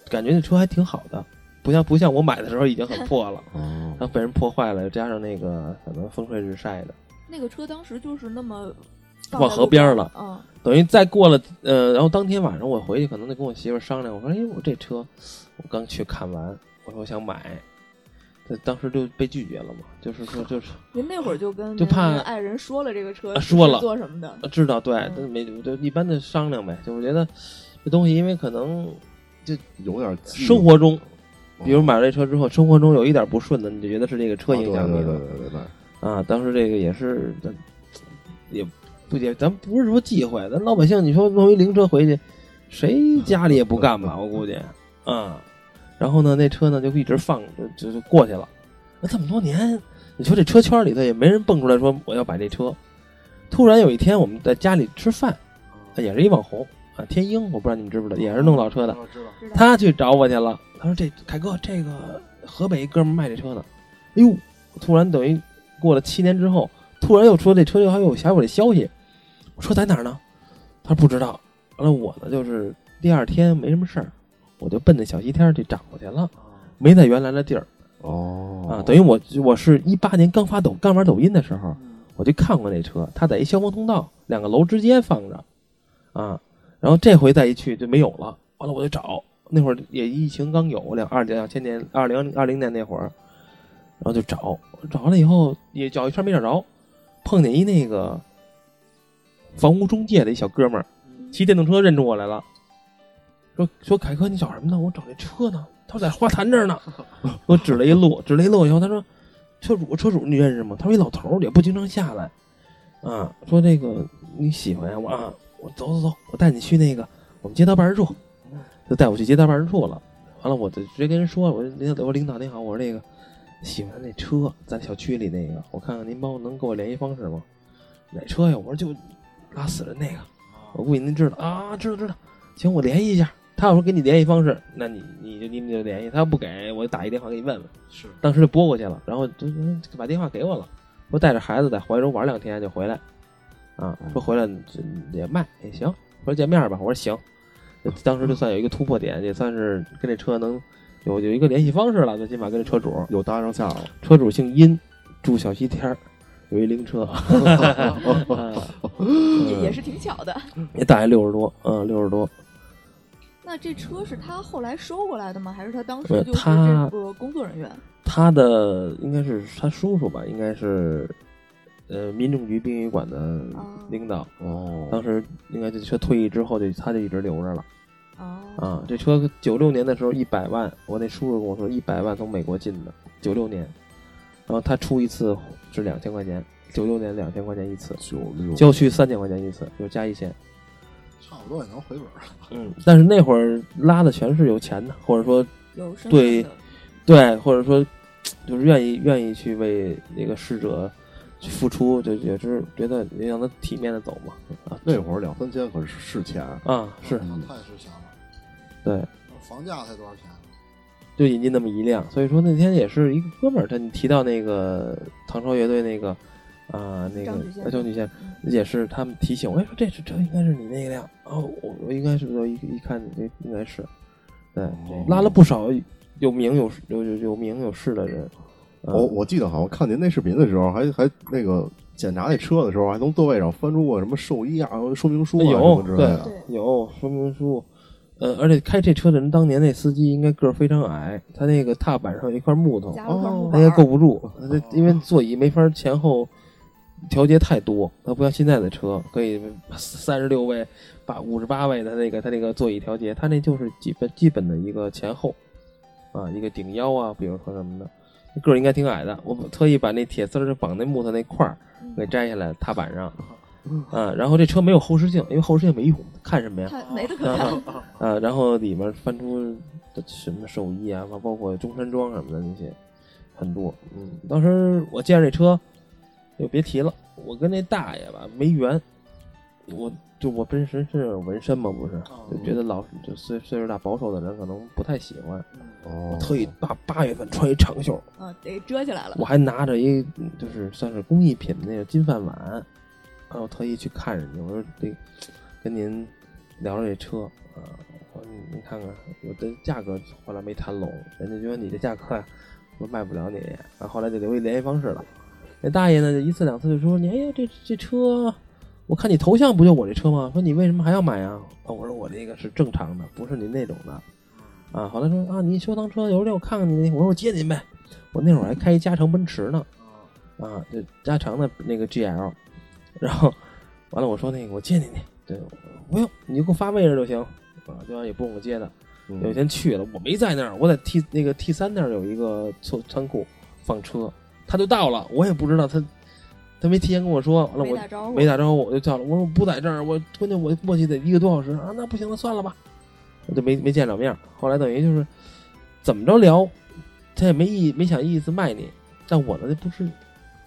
S6: 感觉这车还挺好的，不像不像我买的时候已经很破了，
S2: 哦
S6: 然后被人破坏了，加上那个可能风吹日晒的。
S4: 那个车当时就是那么放
S6: 往
S4: 在
S6: 河
S4: 路
S6: 边儿
S4: 上
S6: 了
S4: 嗯，
S6: 等于再过了，呃，然后当天晚上我回去，可能得跟我媳妇儿商量。我说：“哎，我这车，我刚去看完，我说我想买，这当时就被拒绝了嘛，就是说就是
S4: 您那会儿就跟
S6: 就
S4: 您
S6: 怕
S4: 您爱人说了这个车
S6: 啊说
S4: 是
S6: 了
S4: 做什么的，
S6: 呃知道对
S4: 嗯，
S6: 但是没就一般的商量呗。就我觉得这东西，因为可能
S2: 有点记忆
S6: 生活中，比如
S2: 哦
S6: 买了这车之后，生活中有一点不顺的，你就觉得是这个车
S2: 对
S6: 影
S2: 对
S6: 响
S2: 哦对
S6: 你
S2: 对
S6: 了
S2: 对对对，
S6: 啊。当时这个也是，咱也不也，咱不是说忌讳，咱老百姓，你说弄一灵车回去，谁家里也不干吧，我估计啊。然后呢，那车呢就一直放，就就就过去了。那这么多年，你说这车圈里头也没人蹦出来说我要买这车。突然有一天，我们在家里吃饭，哎也是一网红啊，天鹰，我不知道你们知不知道，也是弄老车的。
S5: 我知道，
S4: 知道
S6: 他去找我去了，他说这凯哥，这个河北一哥们卖这车呢，哎呦，突然等于过了七年之后，突然又说这车又还有还有这消息，我说在哪儿呢？他说不知道。完了我呢就是第二天没什么事儿，我就奔那小西天儿去找去了，没在原来的地儿
S2: 哦
S6: 啊。等于我我是一八年刚发抖刚玩抖音的时候，我就看过那车，它在一消防通道两个楼之间放着，啊，然后这回再一去就没有了。完了我就找，那会儿也疫情刚有，两二两千年二零二零年那会儿，然后就找，找完了以后也找一圈没找着，碰见一那个房屋中介的一小哥们儿，骑电动车认出我来了，说说凯哥你找什么呢？我找那车呢，他说在花坛这儿呢。我指了一路，指了一路以后，他说车主车主你认识吗？他说一老头儿也不经常下来，啊，说那个你喜欢呀、我啊，我走走走，我带你去那个我们街道办事处，就带我去街道办事处了。完了，我就直接跟人说，我说领导，我说领导您好，我说那个喜欢那车，在小区里那个，我看看您帮我能给我联系方式吗？哪车呀？我说就拉死人那个，我估计您知道啊，知道知道，行，我联系一下。他要说给你联系方式，那你你就你们就联系，他要不给我就打一电话给你问问。
S5: 是
S6: 当时就拨过去了，然后就嗯把电话给我了，说带着孩子在怀柔玩两天就回来，啊，
S2: 嗯
S6: 说回来这也卖也行，说见面吧，我说行，就当时就算有一个突破点，也算是跟这车能有有一个联系方式了，最起码跟这车主，
S2: 有搭上线了，
S6: 车主姓殷，住小西天儿，有一 灵车，嗯
S4: 也也是挺巧的。
S6: 也大概六十多，嗯，六十多，
S4: 那这车是他后来收过来的吗？还是他当
S6: 呃
S4: 时就是
S6: 他
S4: 这个工作人员？
S6: 他的应该是他叔叔吧，应该是呃民政局殡仪馆的领导。
S2: 哦，
S6: 当时应该这车退役之后，就他就一直留着了
S4: 哦，
S6: 啊。这车九六年的时候一百万，我那叔叔跟我说一百万从美国进的，九六年，然后他出一次是两千块钱，九六年两千块钱一次，
S2: 九六
S6: 郊区三千块钱一次，就是加一千。
S5: 差不多也能回本儿。
S6: 嗯，但是那会儿拉的全是有钱的，或者说
S4: 有身
S6: 对
S4: 份的。
S6: 对，或者说就是愿意愿意去为那个逝者去付出，就也是觉得也让他体面的走嘛。啊，
S2: 那会儿两三千可是是钱，
S6: 啊是
S5: 那太值钱了。
S6: 对。
S5: 那房价才多少钱？
S6: 就引进那么一辆，所以说那天也是一个哥们儿，他你提到那个唐朝乐队那个啊、那个
S4: 张举先嗯
S6: 呃张举先也是他们提醒我，哎说这是这应该是你那辆哦，我我应该是我一一看这应该是，对，拉了不少有名有有有有名有势的人，啊
S2: 我我记得好像看您那视频的时候，还还那个检查那车的时候，
S6: 哎
S2: 还从座位上翻出过什么兽医啊、说明书啊
S6: 有
S2: 什么之类的。
S4: 对
S6: 有说明书，呃，而且开这车的人当年那司机应该个儿非常矮，他那个踏板上有一块木头，
S4: 加了块木
S6: 他
S4: 板
S6: 也
S4: 儿，
S6: 哦哎够不住，他呃因为座椅没法前后调节太多，它不像现在的车可以三十六位、把五十八位的那个它那个座椅调节，它那就是基本基本的一个前后啊，一个顶腰啊，比如说什么的，个儿应该挺矮的。我特意把那铁丝儿绑那木头那块儿给摘下来，踏板上啊，然后这车没有后视镜，因为后视镜没用，看什么呀？
S4: 看没得可
S6: 然后
S4: 看。
S6: 啊，然后里面翻出的什么寿衣啊，包括中山装什么的那些，很多。嗯，当时我见着这车，就别提了，我跟那大爷吧没缘，我就我本身是有纹身嘛，不是，就觉得老就岁岁数大保守的人可能不太喜欢。
S2: 哦，
S6: 特意八八月份穿一长袖，
S4: 嗯，得遮起来了。
S6: 我还拿着一嗯就是算是工艺品的那个金饭碗，啊，我特意去看人家，我说得跟您聊聊这车啊，我说您您看看我的价格后来没谈拢，人家就哎说你这价格呀、我卖不了你，然后后来就留一联系方式了。那大爷呢，就一次两次就说你哎呀这这车，我看你头像不就我这车吗？说你为什么还要买啊？啊我说我这个是正常的，不是您那种的。啊，后来说啊，你修趟车，有时候我看看你，我说我接您呗。我那会儿还开一加长奔驰呢，啊，就加长的那个 GL，然后完了我说那个我接你去，对，不用你就给我发位置就行，啊，对方也不用我接的。
S2: 嗯
S6: 有一天去了，我没在那儿，我在 T 那个 T 三那儿有一个仓仓库放车，他就到了，我也不知道他他没提前跟我说，完了
S4: 没
S6: 我
S4: 打招呼，
S6: 没打招呼我就叫了，我说我不在这儿，我关键我磨叽得一个多小时啊，那不行了，算了吧，我就没没见着面儿。后来等于就是怎么着聊，他也没意没想意思卖你，但我呢不是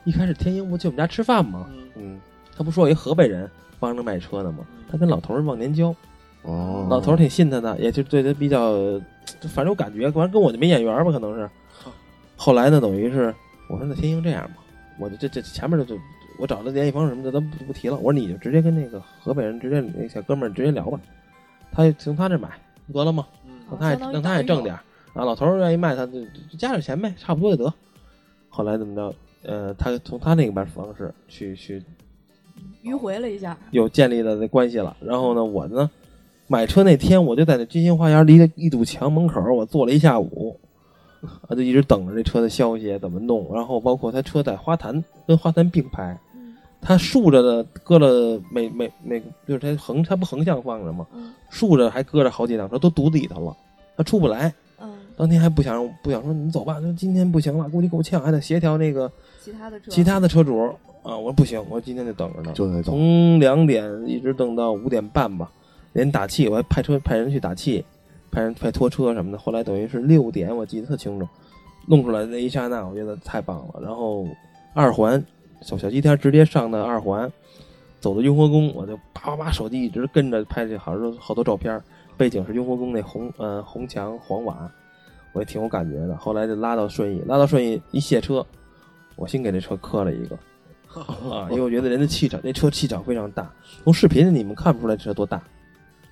S6: 一开始天鹰不去我们家吃饭吗？嗯，他不说我一河北人帮着卖车的吗？他跟老头儿忘年交，
S2: 哦，
S6: 老头儿挺信他的，也就对他比较，就反正我感觉，反正跟我就没眼缘儿吧，可能是。后来呢，等于是我说那天鹰这样吧，我就这这前面就就我找他联系方式什么的，咱不不提了。我说你就直接跟那个河北人直接那小哥们儿直接聊吧，他从他这买不得了吗？让他也
S4: 哦相当于
S6: 让他也
S4: 当
S6: 挣
S4: 用
S6: 点儿啊，老头儿愿意卖他就就加点钱呗，差不多就得。后来怎么着？呃，他从他那边方式去去
S4: 迂回了一下，
S6: 有建立的那关系了。然后呢，我呢，买车那天我就在那金星花园离了一堵墙门口，我坐了一下午，啊，就一直等着这车的消息怎么弄。然后包括他车在花坛跟花坛并排，它竖着的搁了每每每就是它横它不横向放着吗？
S4: 嗯
S6: 竖着还搁着好几辆车都堵里头了，它出不来。
S4: 嗯，
S6: 当天还不想让我不想说你走吧，说今天不行了，估计够呛，还得协调那个
S4: 其他的车，
S6: 其他的车主啊。我说不行，我说今天就等着呢。
S2: 就那种，
S6: 从两点一直等到五点半吧，连打气，我还派车派人去打气，派人派拖车什么的。后来等于是六点，我记得特清楚，弄出来那一刹那，我觉得太棒了。然后二环小小西天直接上的二环，走到雍和宫，我就叭叭叭手机一直跟着拍这好多好多照片儿，背景是雍和宫那红呃红墙黄瓦，我也挺有感觉的。后来就拉到顺义，拉到顺义一卸车，我新给这车磕了一个。啊，因为我觉得人的气场，那车气场非常大。从视频里你们看不出来这车多大，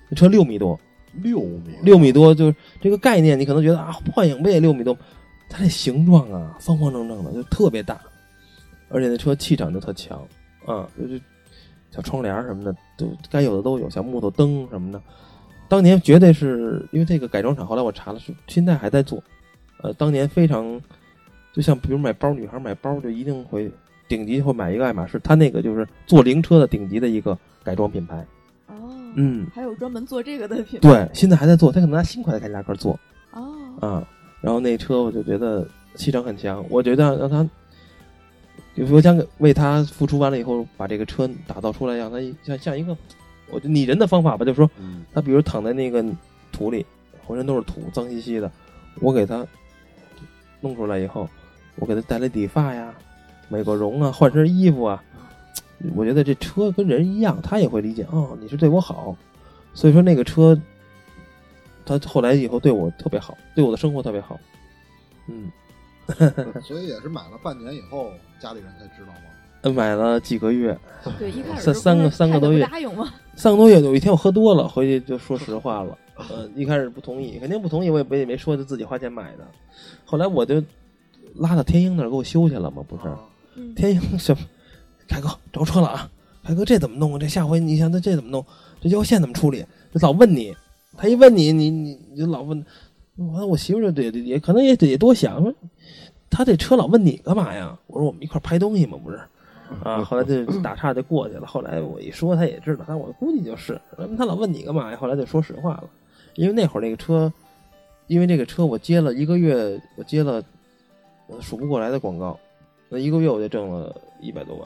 S6: 这车六米多，
S2: 六米，
S6: 六米多就是这个概念，你可能觉得啊，幻影不也六米多吗？它这形状啊，方方正正的，就特别大，而且那车气场就特强啊，就是小窗帘什么的都该有的都有，小木头灯什么的，当年绝对是因为这个改装厂，后来我查了是现在还在做，呃，当年非常就像比如买包，女孩买包就一定会顶级会买一个爱马仕，它那个就是做灵车的顶级的一个改装品牌，
S4: 哦，
S6: 嗯，
S4: 还有专门做这个的品牌，
S6: 对，现在还在做，他可能拿新款的凯迪拉克做
S4: 哦，
S6: 啊。然后那车我就觉得气场很强，我觉得让他，就是我想给为他付出完了以后，把这个车打造出来，让他一像像一个，我就拟人的方法吧，就是说
S2: 嗯
S6: 他比如躺在那个土里，浑身都是土，脏兮兮的，我给他弄出来以后，我给他戴了理发呀，美国绒啊，换身衣服啊，我觉得这车跟人一样，他也会理解哦，你是对我好，所以说那个车，他后来以后对我特别好，对我的生活特别好，嗯，
S5: 嗯 所以也是买了半年以后，家里人才知道吗？
S6: 买了几个月，
S4: 对，一开始
S6: 三
S4: 是
S6: 三
S4: 不是看着
S6: 个三个多
S4: 不
S6: 月
S4: 答应嘛，
S6: 上个多月有一天我喝多了，回去就说实话了。呃，一开始不同意，肯定不同意，我也没也没说，就自己花钱买的。后来我就拉到天鹰那儿给我修去了嘛，不是？
S4: 嗯
S6: 天鹰什么？凯哥着车了啊！凯哥这怎么弄啊？这下回你想这这怎么弄？这腰线怎么处理？这老问你，他一问你，你你你就老问，我我媳妇儿就得也可能也得多想，说他这车老问你干嘛呀？我说我们一块儿拍东西嘛，不是。啊，后来就打岔就过去了。后来我一说，他也知道，但我估计就是他老问你干嘛呀？后来就说实话了，因为那会儿那个车，因为这个车我接了一个月，我接了呃数不过来的广告，那一个月我就挣了一百多万。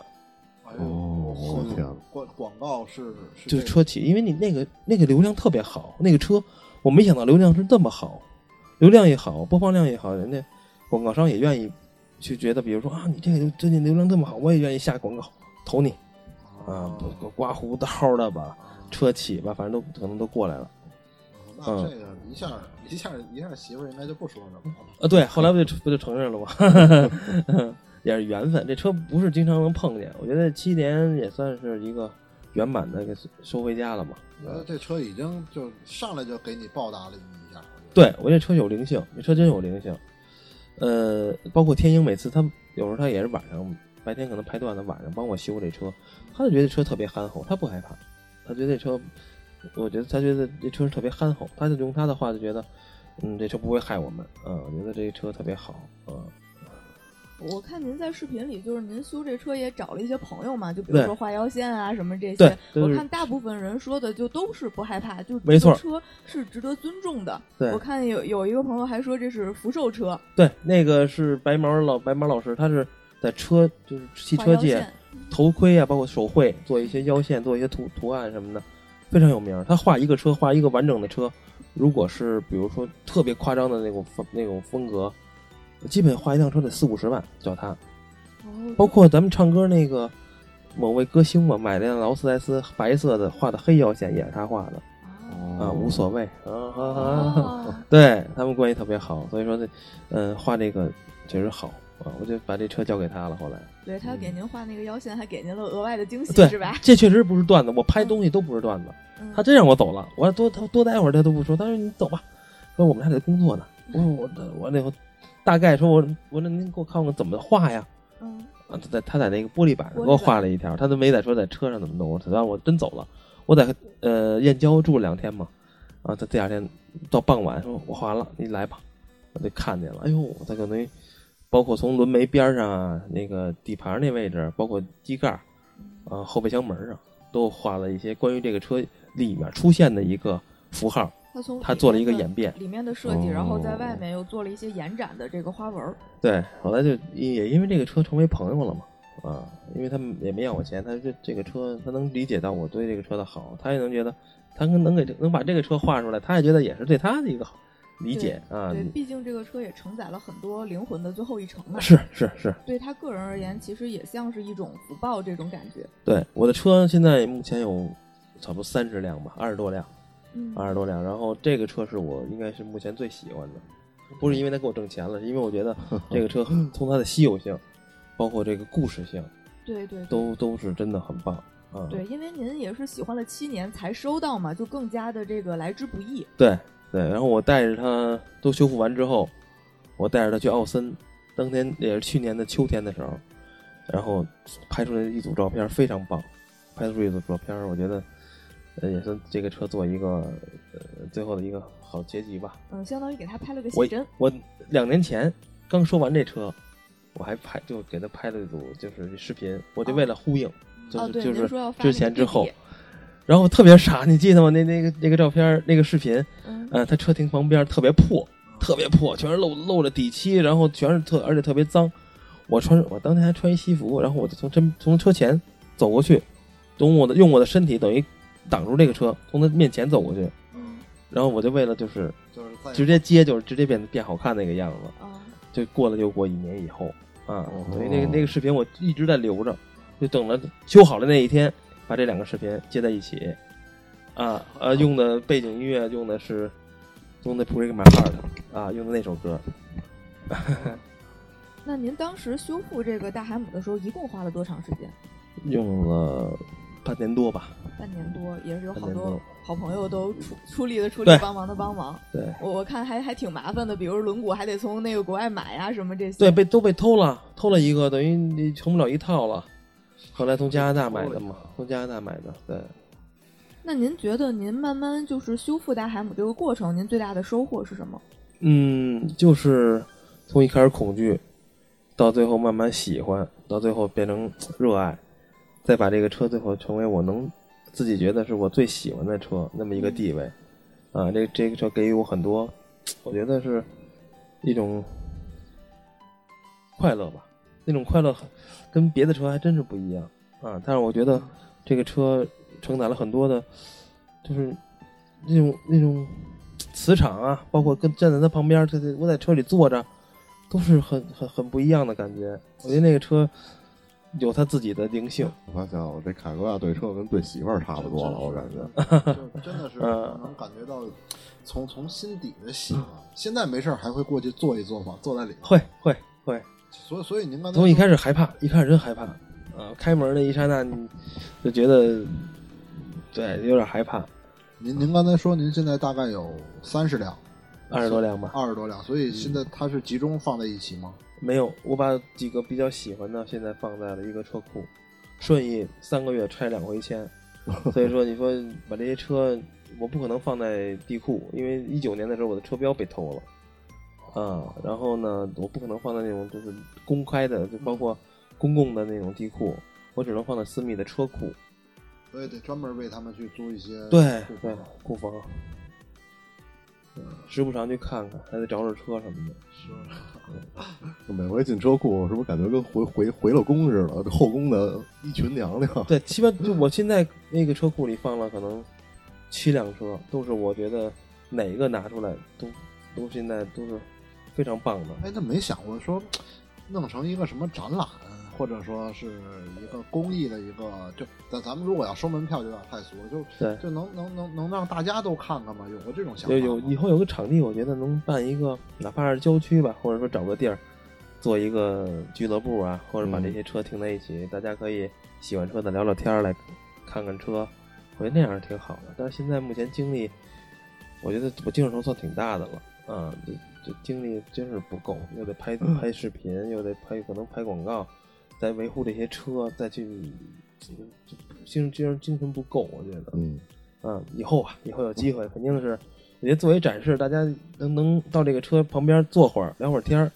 S5: 哎呦，
S2: 哦，我天哪，
S5: 广广告是是这
S6: 就是车企，因为你那个那个流量特别好，那个车我没想到流量是这么好，流量也好，播放量也好，人家广告商也愿意去觉得，比如说啊，你这个最近流量这么好，我也愿意下广告投你啊，不不刮胡刀的吧，车企吧，反正都可能都过来了。
S5: 嗯那
S2: 嗯
S5: 这个一下一下一下媳妇儿应该就不说什么了。
S6: 啊，对，后来不就不就承认了吗？ 也是缘分，这车不是经常能碰见，我觉得七年也算是一个圆满的给收回家了嘛。
S5: 我觉得这车已经就上来就给你报答了你一下。我觉得，
S6: 对我这车有灵性，这车真有灵性。呃，包括天鹰，每次他有时候他也是晚上，白天可能拍段子，晚上帮我修这车，他就觉得这车特别憨厚，他不害怕，他觉得这车，我觉得他觉得这车是特别憨厚，他就用他的话就觉得，嗯，这车不会害我们，啊、我觉得这车特别好，啊、
S4: 我看您在视频里，就是您修这车也找了一些朋友嘛，就比如
S6: 对
S4: 说画腰线啊什么这
S6: 对
S4: 些。
S6: 都
S4: 我
S6: 是
S4: 看大部分人说的就都是不害怕，就
S6: 没错
S4: 这车是值得尊重的。
S6: 对
S4: 我看有有一个朋友还说这是福寿车，
S6: 对，那个是白毛老白毛老师，他是在车就是汽
S4: 画
S6: 车
S4: 腰
S6: 界，
S4: 线
S6: 头盔啊，包括手绘，做一些腰线，做一些图图案什么的，非常有名儿。他画一个车，画一个完整的车，如果是比如说特别夸张的那种风那种风格，基本画一辆车得四五十万叫他。
S4: 哦
S6: 包括咱们唱歌那个某位歌星嘛，买辆劳斯莱斯白色的，画的黑腰线也是他画的啊，无所谓啊啊啊啊！
S4: 哦，
S6: 对他们关系特别好，所以说这嗯画这个确实好啊，我就把这车交给他了。后来。
S4: 对他给您画那个腰线，还给您了额外的惊喜，
S6: 对
S4: 是吧？
S6: 这确实不是段子，我拍东西都不是段子。
S4: 嗯
S6: 他真让我走了，我多他多待会儿他都不说，他说你走吧，说我们还得工作呢。我说我我那会大概说我我说您给我看看怎么画呀？
S4: 嗯，
S6: 啊，他在他在那个玻璃板上
S4: 玻璃板
S6: 给我画了一条，他都没在说在车上怎么弄。我说让我真走了，我在呃燕郊住了两天嘛，啊，他第二天到傍晚说我画完了，你来吧，我就看见了，哎呦，他可能包括从轮眉边上啊，那个底盘那位置，包括机盖儿啊后备箱门上，都画了一些关于这个车里面出现的一个符号，
S4: 他从
S6: 他
S4: 里
S6: 做了
S4: 面
S6: 一个
S4: 的
S6: 演变。
S4: 里面的设计，
S2: 哦
S4: 然后在外面又做了一些延展的这个花纹儿。
S6: 对，后来就也因为这个车成为朋友了嘛，啊，因为他们也没要我钱，他这这个车他能理解到我对这个车的好，他也能觉得他能能给这能把这个车画出来，他也觉得也是对他的一个好理解啊，
S4: 对，毕竟这个车也承载了很多灵魂的最后一程嘛。
S6: 是是是，
S4: 对他个人而言，其实也像是一种福报这种感觉。
S6: 对我的车现在目前有差不多三十辆吧，二十多辆，
S4: 嗯，
S6: 二十多辆，然后这个车是我应该是目前最喜欢的，不是因为它给我挣钱了，是因为我觉得这 个车从它的稀有性，包括这个故事性，
S4: 对对对。
S6: 都都是真的很棒啊，
S4: 对，因为您也是喜欢了七年才收到嘛，就更加的这个来之不易。
S6: 对对，然后我带着它都修复完之后，我带着它去奥森，当天也是去年的秋天的时候，然后拍出来一组照片，非常棒，拍出一组照片，我觉得。呃，也算这个车做一个呃最后的一个好结局吧。
S4: 嗯，相当于给他拍了个
S6: 我
S4: 写真。
S6: 我两年前刚说完这车，我还拍就给他拍了一组就是视频，我就为了呼应，就是、
S4: 哦，对，
S6: 就
S4: 您
S6: 是
S4: 说要发
S6: 之
S4: 那个
S6: 前
S4: 对
S6: 之后
S4: 比，
S6: 然后特别傻，你记得吗？那那个那个照片那个视频，
S4: 嗯，
S6: 呃，他车停旁边特别破，特别破，全是露露着底漆，然后全是特而且特别脏。我穿我当天还穿一西服，然后我就从真从车前走过去，用我的用我的身体等于挡住这个车，从他面前走过去，然后我就为了就是
S5: 就是在
S6: 直接接就是直接变变好看那个样子。
S4: 啊，
S6: 就过了又过一年以后啊，所以那个那个视频我一直在留着，就等着修好了那一天，把这两个视频接在一起，啊呃，用的背景音乐用的是用的《Break My Heart》啊，用的那首歌，
S4: 那您当时修复这个大海姆的时候，一共花了多长时间？
S6: 用了半年多吧，
S4: 半年多，也是有好
S6: 半年
S4: 多
S6: 多
S4: 好朋友都出出力的出力
S6: 对，
S4: 帮忙的帮忙。
S6: 对
S4: 我我看还还挺麻烦的，比如轮毂还得从那个国外买呀、什么这些。
S6: 对，被都被偷了，偷了一个，等于你成不了一套了。后来从加拿大买的嘛，从加拿大买的，对，
S4: 那您觉得您慢慢就是修复大海姆这个过程，您最大的收获是什么？
S6: 嗯，就是从一开始恐惧，到最后慢慢喜欢，到最后变成热爱，再把这个车最后成为我能自己觉得是我最喜欢的车那么一个地位，啊，这这个车给予我很多，我觉得是一种快乐吧，那种快乐很跟别的车还真是不一样啊。但是我觉得这个车承载了很多的，就是那种那种磁场啊，包括跟站在他旁边，他我在车里坐着，都是很很很不一样的感觉。我觉得那个车有它自己的灵性，
S2: 我发现我这凯格亚对车跟对媳妇儿差不多了，我感觉。
S5: 就是真的是 能感觉到从从心底的喜欢。现在没事儿还会过去坐一坐吗？坐在里头。
S6: 会会会。
S5: 所以所以您刚才
S6: 从一开
S5: 始
S6: 始害怕，一开始真害怕，啊，开门那一刹那，你就觉得对有点害怕，
S5: 您您刚才说您现在大概有三十辆，
S6: 二十多辆吧。嗯
S5: 二十多辆，所以现在它是集中放在一起吗？
S6: 没有，我把几个比较喜欢的现在放在了一个车库，顺义三个月拆两回迁，所以说你说把这些车，我不可能放在地库，因为一九年的时候我的车标被偷了。啊，然后呢，我不可能放在那种就是公开的，就包括公共的那种地库，我只能放在私密的车库。
S5: 所以得专门为他们去租一些
S6: 对
S5: 库
S6: 对
S5: 房，
S6: 库房，嗯时不常去看看，还得找找车什么的。
S2: 每回进车库，是不是感觉跟回回回了宫似的？这后宫的一群娘娘，
S6: 对，基本就我现在那个车库里放了可能七辆车，都是我觉得哪一个拿出来都都现在都是非常棒的。
S5: 哎，那没想过说弄成一个什么展览，或者说是一个公益的一个，就咱咱们如果要收门票，就有点太俗了，就
S6: 对，
S5: 就能能能能让大家都看看吗？有过这种想法
S6: 有
S5: 吗？
S6: 有以后有个场地，我觉得能办一个，哪怕是郊区吧，或者说找个地儿做一个俱乐部啊，或者把
S5: 嗯
S6: 这些车停在一起，大家可以喜欢车的聊聊天儿，来看看车，我觉得那样是挺好的。但是现在目前精力，我觉得我精神头算挺大的了啊，这这精力真是不够，又得拍
S5: 嗯
S6: 拍视频，又得拍可能拍广告，再维护这些车，再去。这个这精精精神不够，我觉得，
S2: 嗯，
S6: 嗯，以后啊，以后有机会 肯定是，我觉得作为展示，大家能能到这个车旁边坐会儿，聊会儿天儿，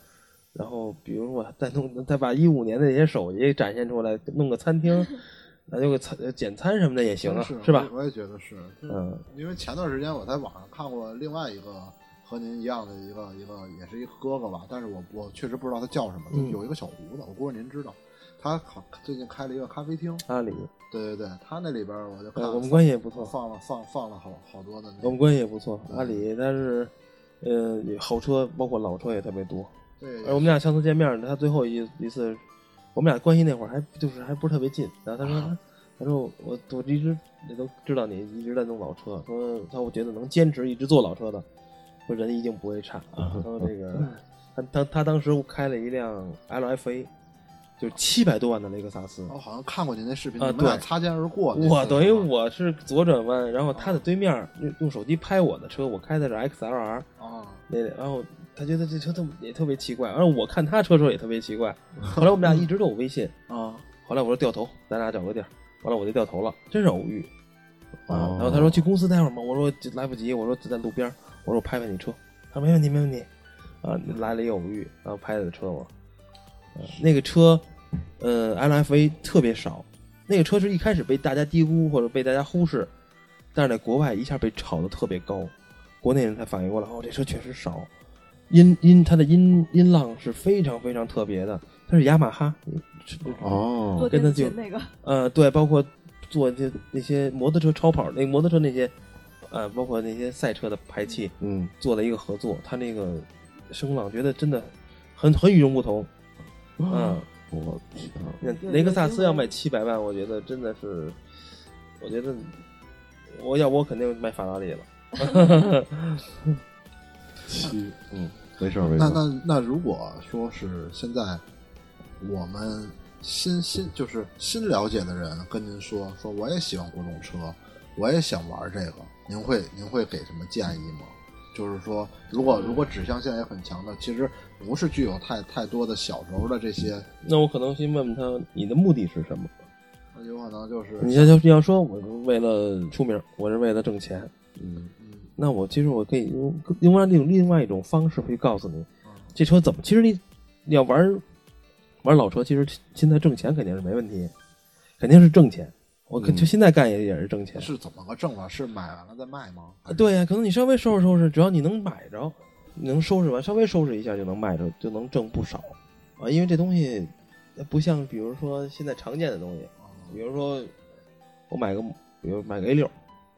S6: 然后比如说再弄再把一五年的这些手艺展现出来，弄个餐厅， 咱就个餐呃简餐什么的也行
S5: 真
S6: 啊，
S5: 是
S6: 是吧？
S5: 我我也觉得是，就是
S6: 嗯，
S5: 因为前段时间我在网上看过另外一个和您一样的一个一个，也是一个哥哥吧，但是我我确实不知道他叫什么，
S6: 嗯
S5: 有一个小胡子，我估计您知道，他好最近开了一个咖啡厅，
S6: 阿里，
S5: 对对对，他那里边儿我就看
S6: 呃
S5: 了
S6: 我们关系也不错，
S5: 放了放放了好好多的那
S6: 我们
S5: 个，
S6: 关系也不错，阿里，但是。呃，好车包括老车也特别多。
S5: 对，
S6: 哎呃而我们俩上次见面，他最后一一次，我们俩关系那会儿还就是还不是特别近。然后他说，
S5: 啊
S6: 他说我我一直也都知道你一直在弄老车，说他我觉得能坚持一直做老车的，说人一定不会差啊。他 说这
S5: 嗯
S6: 个，他他他当时开了一辆 LFA，就是七百多万的雷克萨斯。
S5: 我好像看过您那视频，
S6: 啊
S5: 你们俩
S6: 对
S5: 擦肩而过那哦次是吧。哦
S6: 我等于我是左转弯，然后他在对面用用手机拍我的车，我开的是 XLR，
S5: 啊，
S6: 那然后他觉得这车特也特别奇怪，然后我看他车时候也特别奇怪。后来我们俩一直都有微信
S5: 啊，
S6: 后来我说掉头，咱俩找个地儿，完了我就掉头了，真是偶遇啊。
S2: 哦
S6: 然后他说去公司待会儿嘛，我说就来不及，我说就在路边儿，我说我拍拍你车，他说没问题没问题，啊来了一偶遇，然后拍的车我，呃那个车，呃 LFA 特别少，那个车是一开始被大家低估或者被大家忽视，但是在国外一下被炒得特别高，国内人才反应过来，哦这车确实少。音音，它的音音浪是非常非常特别的，它是雅马哈，你是
S4: 做
S2: 哦，
S6: 跟他
S4: 电琴
S6: 就
S4: 那 个，
S6: 呃，对，包括做这那些摩托车超跑，那个摩托车那些，呃，包括那些赛车的排气，
S2: 嗯，
S6: 做了一个合作，他那个声浪觉得真的很很与众不同。嗯，
S2: 我天啊，
S6: 那
S4: 有
S6: 雷克
S4: 有
S6: 萨
S4: 机
S6: 斯要
S4: 会
S6: 卖七百万，我觉得真的是，我觉得我要我肯定卖法拉利了。
S2: 七，嗯，没事儿没事
S5: 那
S2: 儿，
S5: 那那如果说是现在我们新新就是新了解的人跟您说说我也喜欢古董车，我也想玩这个，您会您会给什么建议吗？就是说，如果如果指向性也很强的，其实不是具有太太多的小时候的这些，
S6: 那我可能先问问他，你的目的是什么？
S5: 呃有可能就是
S6: 你要就是要说我为了出名，我是为了挣钱，
S2: 嗯，
S5: 嗯
S6: 那我其实我可以用用完这种另外一种方式去告诉你，这车怎么？其实你你要玩玩老车，其实现在挣钱肯定是没问题，肯定是挣钱。我可
S2: 嗯
S6: 就现在干也也是挣钱。啊
S5: 是怎么个挣法？是买完了再卖吗？还是
S6: 对呀、可能你稍微收拾收拾，只要你能买着，你能收拾完，稍微收拾一下就能卖着，就能挣不少啊。因为这东西呃不像，比如说现在常见的东西，比如说我买个，比如买个 A 六，啊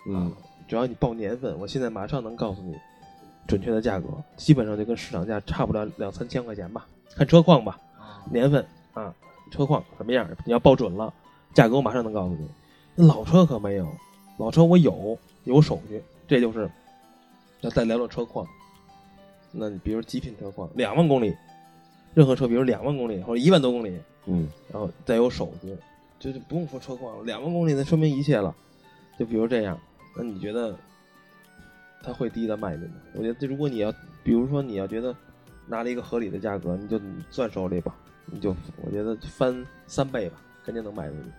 S2: 嗯，
S6: 只要你报年份，我现在马上能告诉你准确的价格，基本上就跟市场价差不了两三千块钱吧，看车况吧，年份啊，车况什么样，你要报准了，价格我马上能告诉你。那老车可没有，老车我有有手续，这就是要再聊聊车况。那你比如极品车况，两万公里，任何车，比如两万公里或者一万多公里，
S2: 嗯，
S6: 然后再有手续，就是不用说车况了，两万公里那说明一切了。就比如这样，那你觉得它会低的卖你吗？我觉得这如果你要，比如说你要觉得拿了一个合理的价格，你就你攥手里吧，你就我觉得翻三倍吧，肯定能卖出去。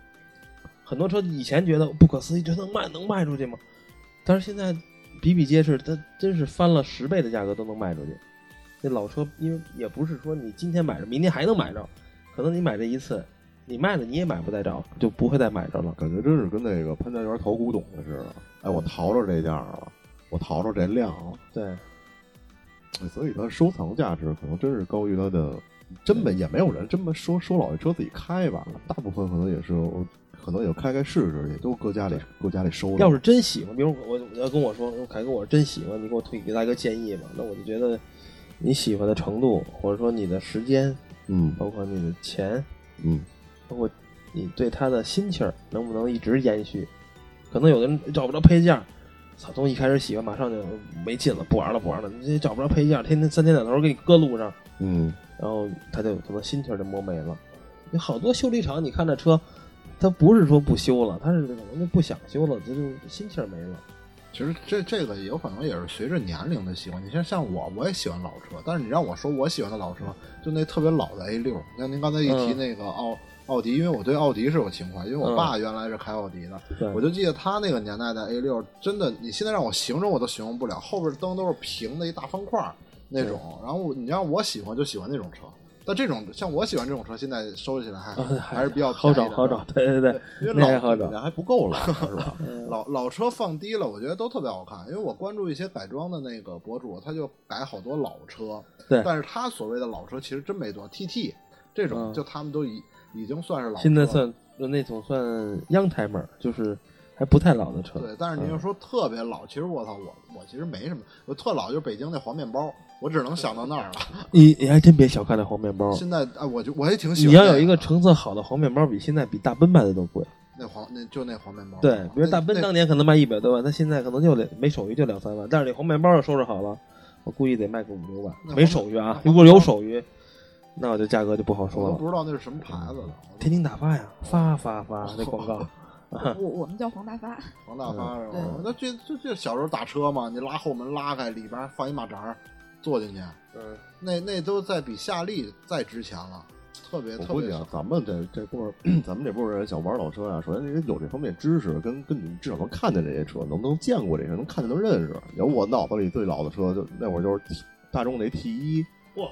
S6: 很多车以前觉得不可思议，这能卖能卖出去吗？但是现在比比皆是，它真是翻了十倍的价格都能卖出去。那老车，因为也不是说你今天买着，明天还能买着，可能你买这一次，你卖了你也买不再着，就不会再买着了。
S2: 感觉真是跟那个潘家园淘古董的似的。哎，我淘着这价了，我淘着这量了，
S6: 对，
S2: 所以它收藏价值可能真是高于它的，真没也没有人这么说说老爷车自己开吧，大部分可能也是可能也开开试试，也都搁家里搁家里收着。
S6: 要是真喜欢，比如我我要跟我说，凯哥，我真喜欢，你给我推给大哥建议嘛？那我就觉得你喜欢的程度，或者说你的时间，
S2: 嗯
S6: 包括你的钱，
S2: 嗯
S6: 包括你对他的心情儿能不能一直延续？可能有的人找不着配件儿，操，从一开始喜欢马上就没劲了，不玩了，不玩了，你这找不着配件儿，天天三天两头儿给你搁路上，
S2: 嗯
S6: 然后他就可能心气儿就磨没了。有好多修理厂，你看这车，他不是说不修了，他是可能就不想修了，这就心气儿没了。
S5: 其实这这个有可能也是随着年龄的喜欢。你像像我，我也喜欢老车，但是你让我说我喜欢的老车，就那特别老的 A 六。像您刚才一提
S6: 嗯
S5: 那个奥、奥迪，因为我对奥迪是有情怀，因为我
S6: 嗯
S5: 爸原来是开奥迪的，
S6: 对
S5: 我就记得他那个年代的 A 六，真的，你现在让我形容我都形容不了，后边灯都是平的一大方块儿那种。然后你让我喜欢就喜欢那种车，但这种像我喜欢这种车，现在收起来还、还是比较
S6: 嗯好
S5: 便
S6: 找
S5: 宜的啊
S6: 好找，对对对，
S5: 因为
S6: 那
S5: 老
S6: 还好找。
S2: 那还不 够了是吧？
S5: 老老车放低了，我觉得都特别好看，因为我关注一些改装的那个博主，他就改好多老车，
S6: 对
S5: 但是他所谓的老车其实真没多，TT 这种、
S6: 嗯
S5: 就他们都已已经算是老车了，
S6: 现在算呃那种算 young timer，就是还不太老的车。
S5: 对，但是您要说特别老，其实我操，我我其实没什么，我特老就是北京那黄面包，我只能想到那儿了。
S6: 你你还真别小看那黄面包，
S5: 现在哎，我就我也挺喜
S6: 哦你
S5: 欢
S6: 要
S5: 那
S6: 有一个
S5: 的
S6: 成色好的黄面包，比现在比大奔卖的都贵。
S5: 那黄那就那黄面包，
S6: 对，比如大奔
S5: 那
S6: 当年可能卖一百多万，他现在可能就得没手续就两三万，但是这黄面包要收拾好了，我估计得卖个五六万，
S5: 那
S6: 没
S5: 黄
S6: 手续啊。
S5: 那
S6: 如果有手续，那我就价格就不好
S5: 我
S6: 说
S5: 都不
S6: 了。
S5: 知道那是什么牌子的，
S6: 天津大发呀，发发发那 广告，
S4: 我我们叫黄大发，
S5: 黄大发是吧
S4: 嗯？
S5: 那这这这小时候打车嘛，你拉后门拉开，里边放一马扎儿，坐进去，
S6: 嗯，
S5: 那那都在比夏利再值钱了，特别
S2: 我
S5: 特
S2: 估
S5: 别嗯
S2: 计
S5: 少
S2: 啊，。咱们这这波儿，咱们这波人想玩老车啊，首先得有这方面知识，跟跟你至少能看见这些车，能不能见过这些，能看见能认识。有我脑子里最老的车，就那会儿就是 T- 大众那 T 一，哇，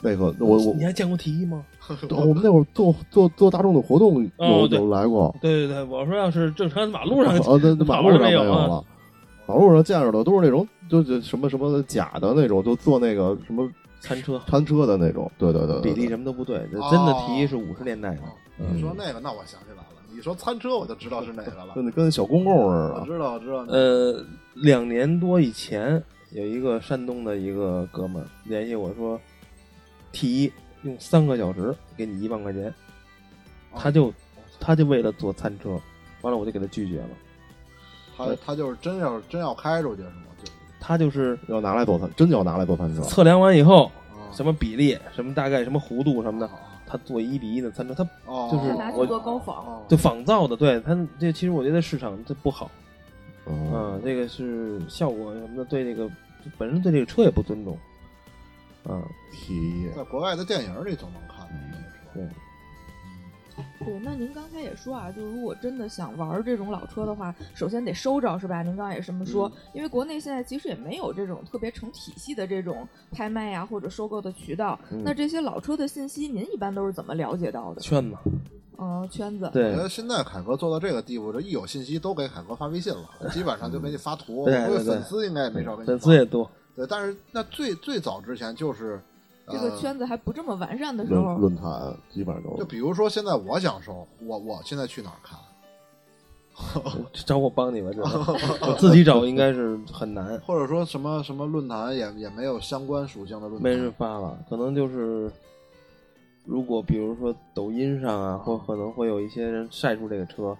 S2: 那个我我
S6: 你还见过 T 一吗？
S2: 我们那会儿做做做大众的活动有
S6: 哦对
S2: 有来过，
S6: 对对对，我说要是正常马路 上
S2: 啊，那那马路上没有
S6: 马路上没有啊
S2: 了。马路上见着的都是那种，就就什么什么假的那种，就坐那个什么
S6: 餐车
S2: 餐车的那种，对对对，对
S6: 比例什么都不对，这真的 T 一是五十年代的
S5: 哦。
S6: 嗯
S5: 你说那个，那我想起来了，你说餐车我就知道是哪个了
S2: 对，，跟跟小公共似
S5: 我
S2: 的，
S5: 知道我知道，
S6: 啊呃，两年多以前，有一个山东的一个哥们儿联系我说，T 一用三个小时给你一万块钱，他就他就为了坐餐车，完了我就给他拒绝了。
S5: 啊他他就是真要真要开出去是吗？就
S6: 他就是
S2: 要拿来做餐，真要拿来做餐车。
S6: 测量完以后，
S5: 啊
S6: 什么比例、什么大概、什么弧度什么的，他做一比一的餐车，他
S5: 哦，
S6: 就是
S4: 他拿去
S6: 我
S4: 做高仿。
S5: 哦
S6: 就仿造的，对他这其实我觉得市场这不好，啊
S2: 嗯，，
S6: 这个是效果什么的，对这个本身对这个车也不尊重，啊，
S2: 提
S6: 嗯
S5: 嗯在国外的电影里总能看到那个车。
S6: 对
S4: 对，那您刚才也说啊，就如果真的想玩这种老车的话，首先得收着是吧？您刚才也这么
S6: 嗯
S4: 说，因为国内现在其实也没有这种特别成体系的这种拍卖呀、或者收购的渠道。那这些老车的信息，您一般都是怎么了解到的？
S6: 嗯圈子，
S4: 嗯、圈子。
S5: 我
S6: 对
S5: 觉得现在凯哥做到这个地步，这一有信息都给凯哥发微信了，基本上就给你发图。我
S6: 对
S5: 觉得
S6: 对对
S5: 粉丝应该也没少给你发。
S6: 粉丝也多，
S5: 对，但是那最最早之前就是
S4: 这个
S6: 啊
S5: 呃
S4: 圈子还不这么完善的时
S2: 论
S4: 候，
S2: 论坛基本上都
S5: 就比如说现在我想收，我我现在去哪儿看？哦
S6: 找我帮 你吧，这个我自己找应该是很难，
S5: 或者说什么什么论坛也也没有相关属性的论
S6: 没人
S5: 坛。
S6: 发了，可能就是。如果比如说抖音上啊，或可能会有一些人晒出这个车，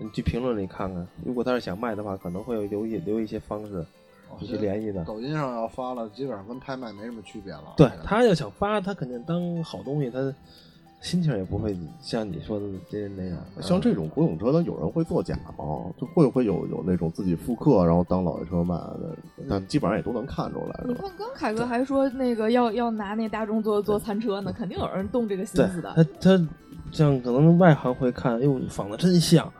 S6: 你去评论里看看。如果他是想卖的话，可能会有留一留一些方式
S5: 我
S6: 你
S5: 觉
S6: 去
S5: 得
S6: 联系他。
S5: 抖音上要发了，基本上跟拍卖没什么区别了。
S6: 对
S5: 我觉得
S6: 他要想发，他肯定当好东西，他心情也不会像你说的这那样。呃
S2: 像这种古董车，它有人会作假吗？就会不会有有那种自己复刻，然后当老爷车卖的？但基本上也都能看出来，
S4: 你
S2: 是吧？
S4: 看刚凯哥还说那个要要拿那大众做做餐车呢，肯定有人动这个心
S6: 对
S4: 思的。
S6: 他他像可能外行会看，哎呦仿的真像，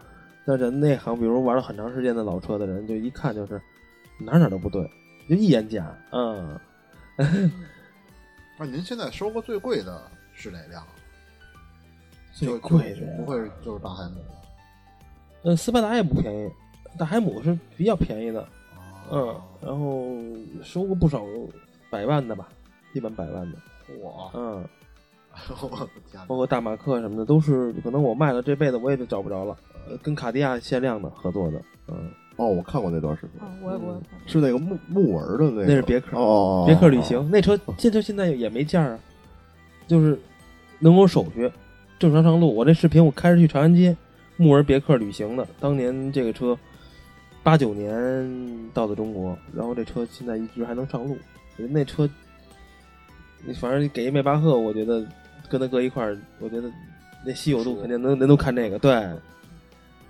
S6: 但是内行，比如玩了很长时间的老车的人，就一看就是哪儿哪儿都不对，就一眼假。嗯，
S5: 那您现在收过最贵的是哪辆？
S6: 最
S5: 就
S6: 贵的呀
S5: 不会就是大海姆吧
S6: 呃，斯巴达也不便宜，大海姆是比较便宜的，嗯
S5: 啊，
S6: 然后收过不少百万的吧，基本百万的，
S5: 我
S6: 嗯。
S5: 我天
S6: 包
S5: 哪！
S6: 括大马克什么的，都是可能我卖了这辈子我也就找不着了。呃，跟卡地亚限量的合作的，嗯，
S2: 哦，我看过那段视频，
S4: 啊，我我
S2: 是那个木木纹的那个，
S6: 那是别克
S2: 哦哦，哦
S6: 别克旅行、，那车，这车现在也没价啊，就是能有手续，正常上路。我这视频我开着去长安街，木纹别克旅行的，当年这个车八九年到的中国，然后这车现在一直还能上路。我觉得那车，你反正给一迈巴赫，我觉得跟它搁一块儿，我觉得那稀有度肯定能能都看这个，对，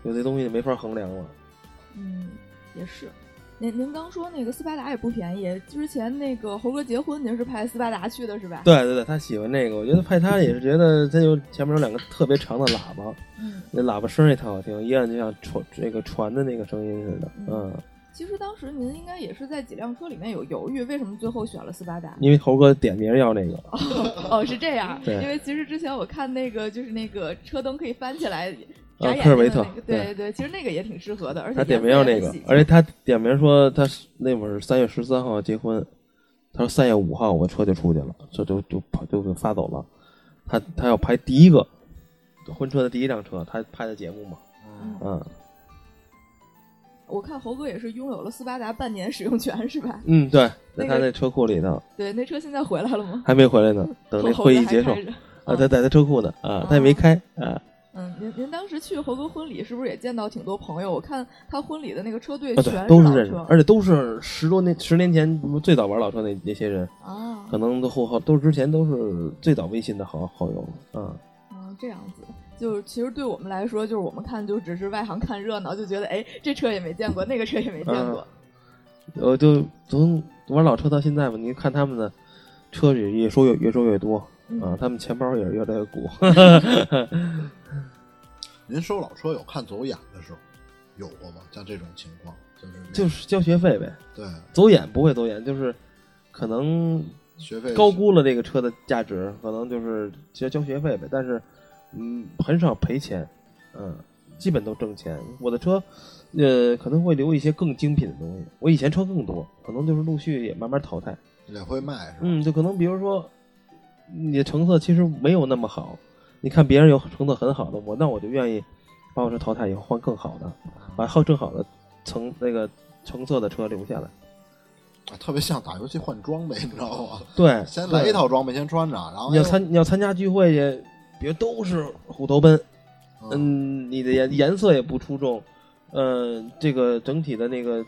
S6: 有些东西没法衡量了。
S4: 嗯，也是。您您刚说那个斯巴达也不便宜，之前那个猴哥结婚，您是派斯巴达去的是吧？，
S6: 对对对，他喜欢这个，我觉得派他也是觉得他有前面有两个特别长的喇叭，
S4: 嗯，
S6: 那喇叭声儿也特好听，一按就像船这个船的那个声音似的，
S4: 嗯
S6: 嗯，
S4: 其实当时您应该也是在几辆车里面有犹豫，为什么最后选了斯巴达？
S6: 因为猴哥点名要那个，
S4: 哦，是这样，
S6: 对
S4: 因为其实之前我看那个就是那个车灯可以翻起来。
S6: 啊
S4: 眨眼
S6: 科尔
S4: 睛
S6: 维
S4: 的
S6: 特
S4: 那个，
S6: 对
S4: 对对，其实那个也挺适合的，而且
S6: 他点名要
S4: 颜色
S6: 那
S4: 也
S6: 个
S4: 很喜，庆
S6: 而且他点名说他是那会儿三月十三号结婚，他说三月五号我车就出去了，这就就跑就给发走了，他他要排第一个婚车的第一辆车，他拍的节目嘛，
S4: 嗯
S6: 嗯
S4: 我看猴哥也是拥有了斯巴达半年使用权是吧？
S6: 嗯，对，在
S4: 那
S6: 他
S4: 个
S6: 那车库里头
S4: 对，那车现在回来了吗？
S6: 还没回来呢， 等那
S4: 猴
S6: 会
S4: 哥
S6: 议
S4: 还
S6: 结束
S4: 开。着
S6: 啊，他在他车库呢，啊，他也没开啊，
S4: 嗯，您您当时去猴哥婚礼是不是也见到挺多朋友？我看他婚礼的那个车队
S6: 啊，
S4: 全
S6: 对，都
S4: 老
S6: 是认识
S4: 车，
S6: 而且都是十多年、十年前最早玩老车那那些人，
S4: 啊
S6: 可，能都后后都之前都是最早微信的好好友啊。
S4: 嗯，这样子，就是其实对我们来说，就是我们看就只是外行看热闹，就觉得哎，这车也没见过，那个车也没见过。
S6: 我呃就从玩老车到现在吧，你看他们的车也越收越越收越多
S4: 嗯
S6: 啊，他们钱包也是越来越鼓。
S5: 您收老车有看走眼的时候，有过吗？像这种情况，就是
S6: 就是交学费呗，
S5: 对
S6: 走眼不会走眼，就是可能
S5: 学费
S6: 高估了这个车的价值，可能就是交交学费呗。但是，嗯，很少赔钱，嗯，基本都挣钱。我的车，呃，可能会留一些更精品的东西。我以前车更多，可能就是陆续也慢慢淘汰。
S5: 也会卖是吧？
S6: 嗯，就可能比如说，你的成色其实没有那么好，你看别人有成色很好的，我那我就愿意把我这淘汰以后换更好的，把后更好的成那个成色的车留下来。
S5: 啊特别像打游戏换装备，你知道吗？
S6: 对，
S5: 先来
S6: 对
S5: 一套装备先穿着，然后
S6: 你要
S5: 哎呦
S6: 参你要参加聚会去，别都是虎头奔，
S5: 嗯，
S6: 嗯，你的颜颜色也不出众，呃，这个整体的那个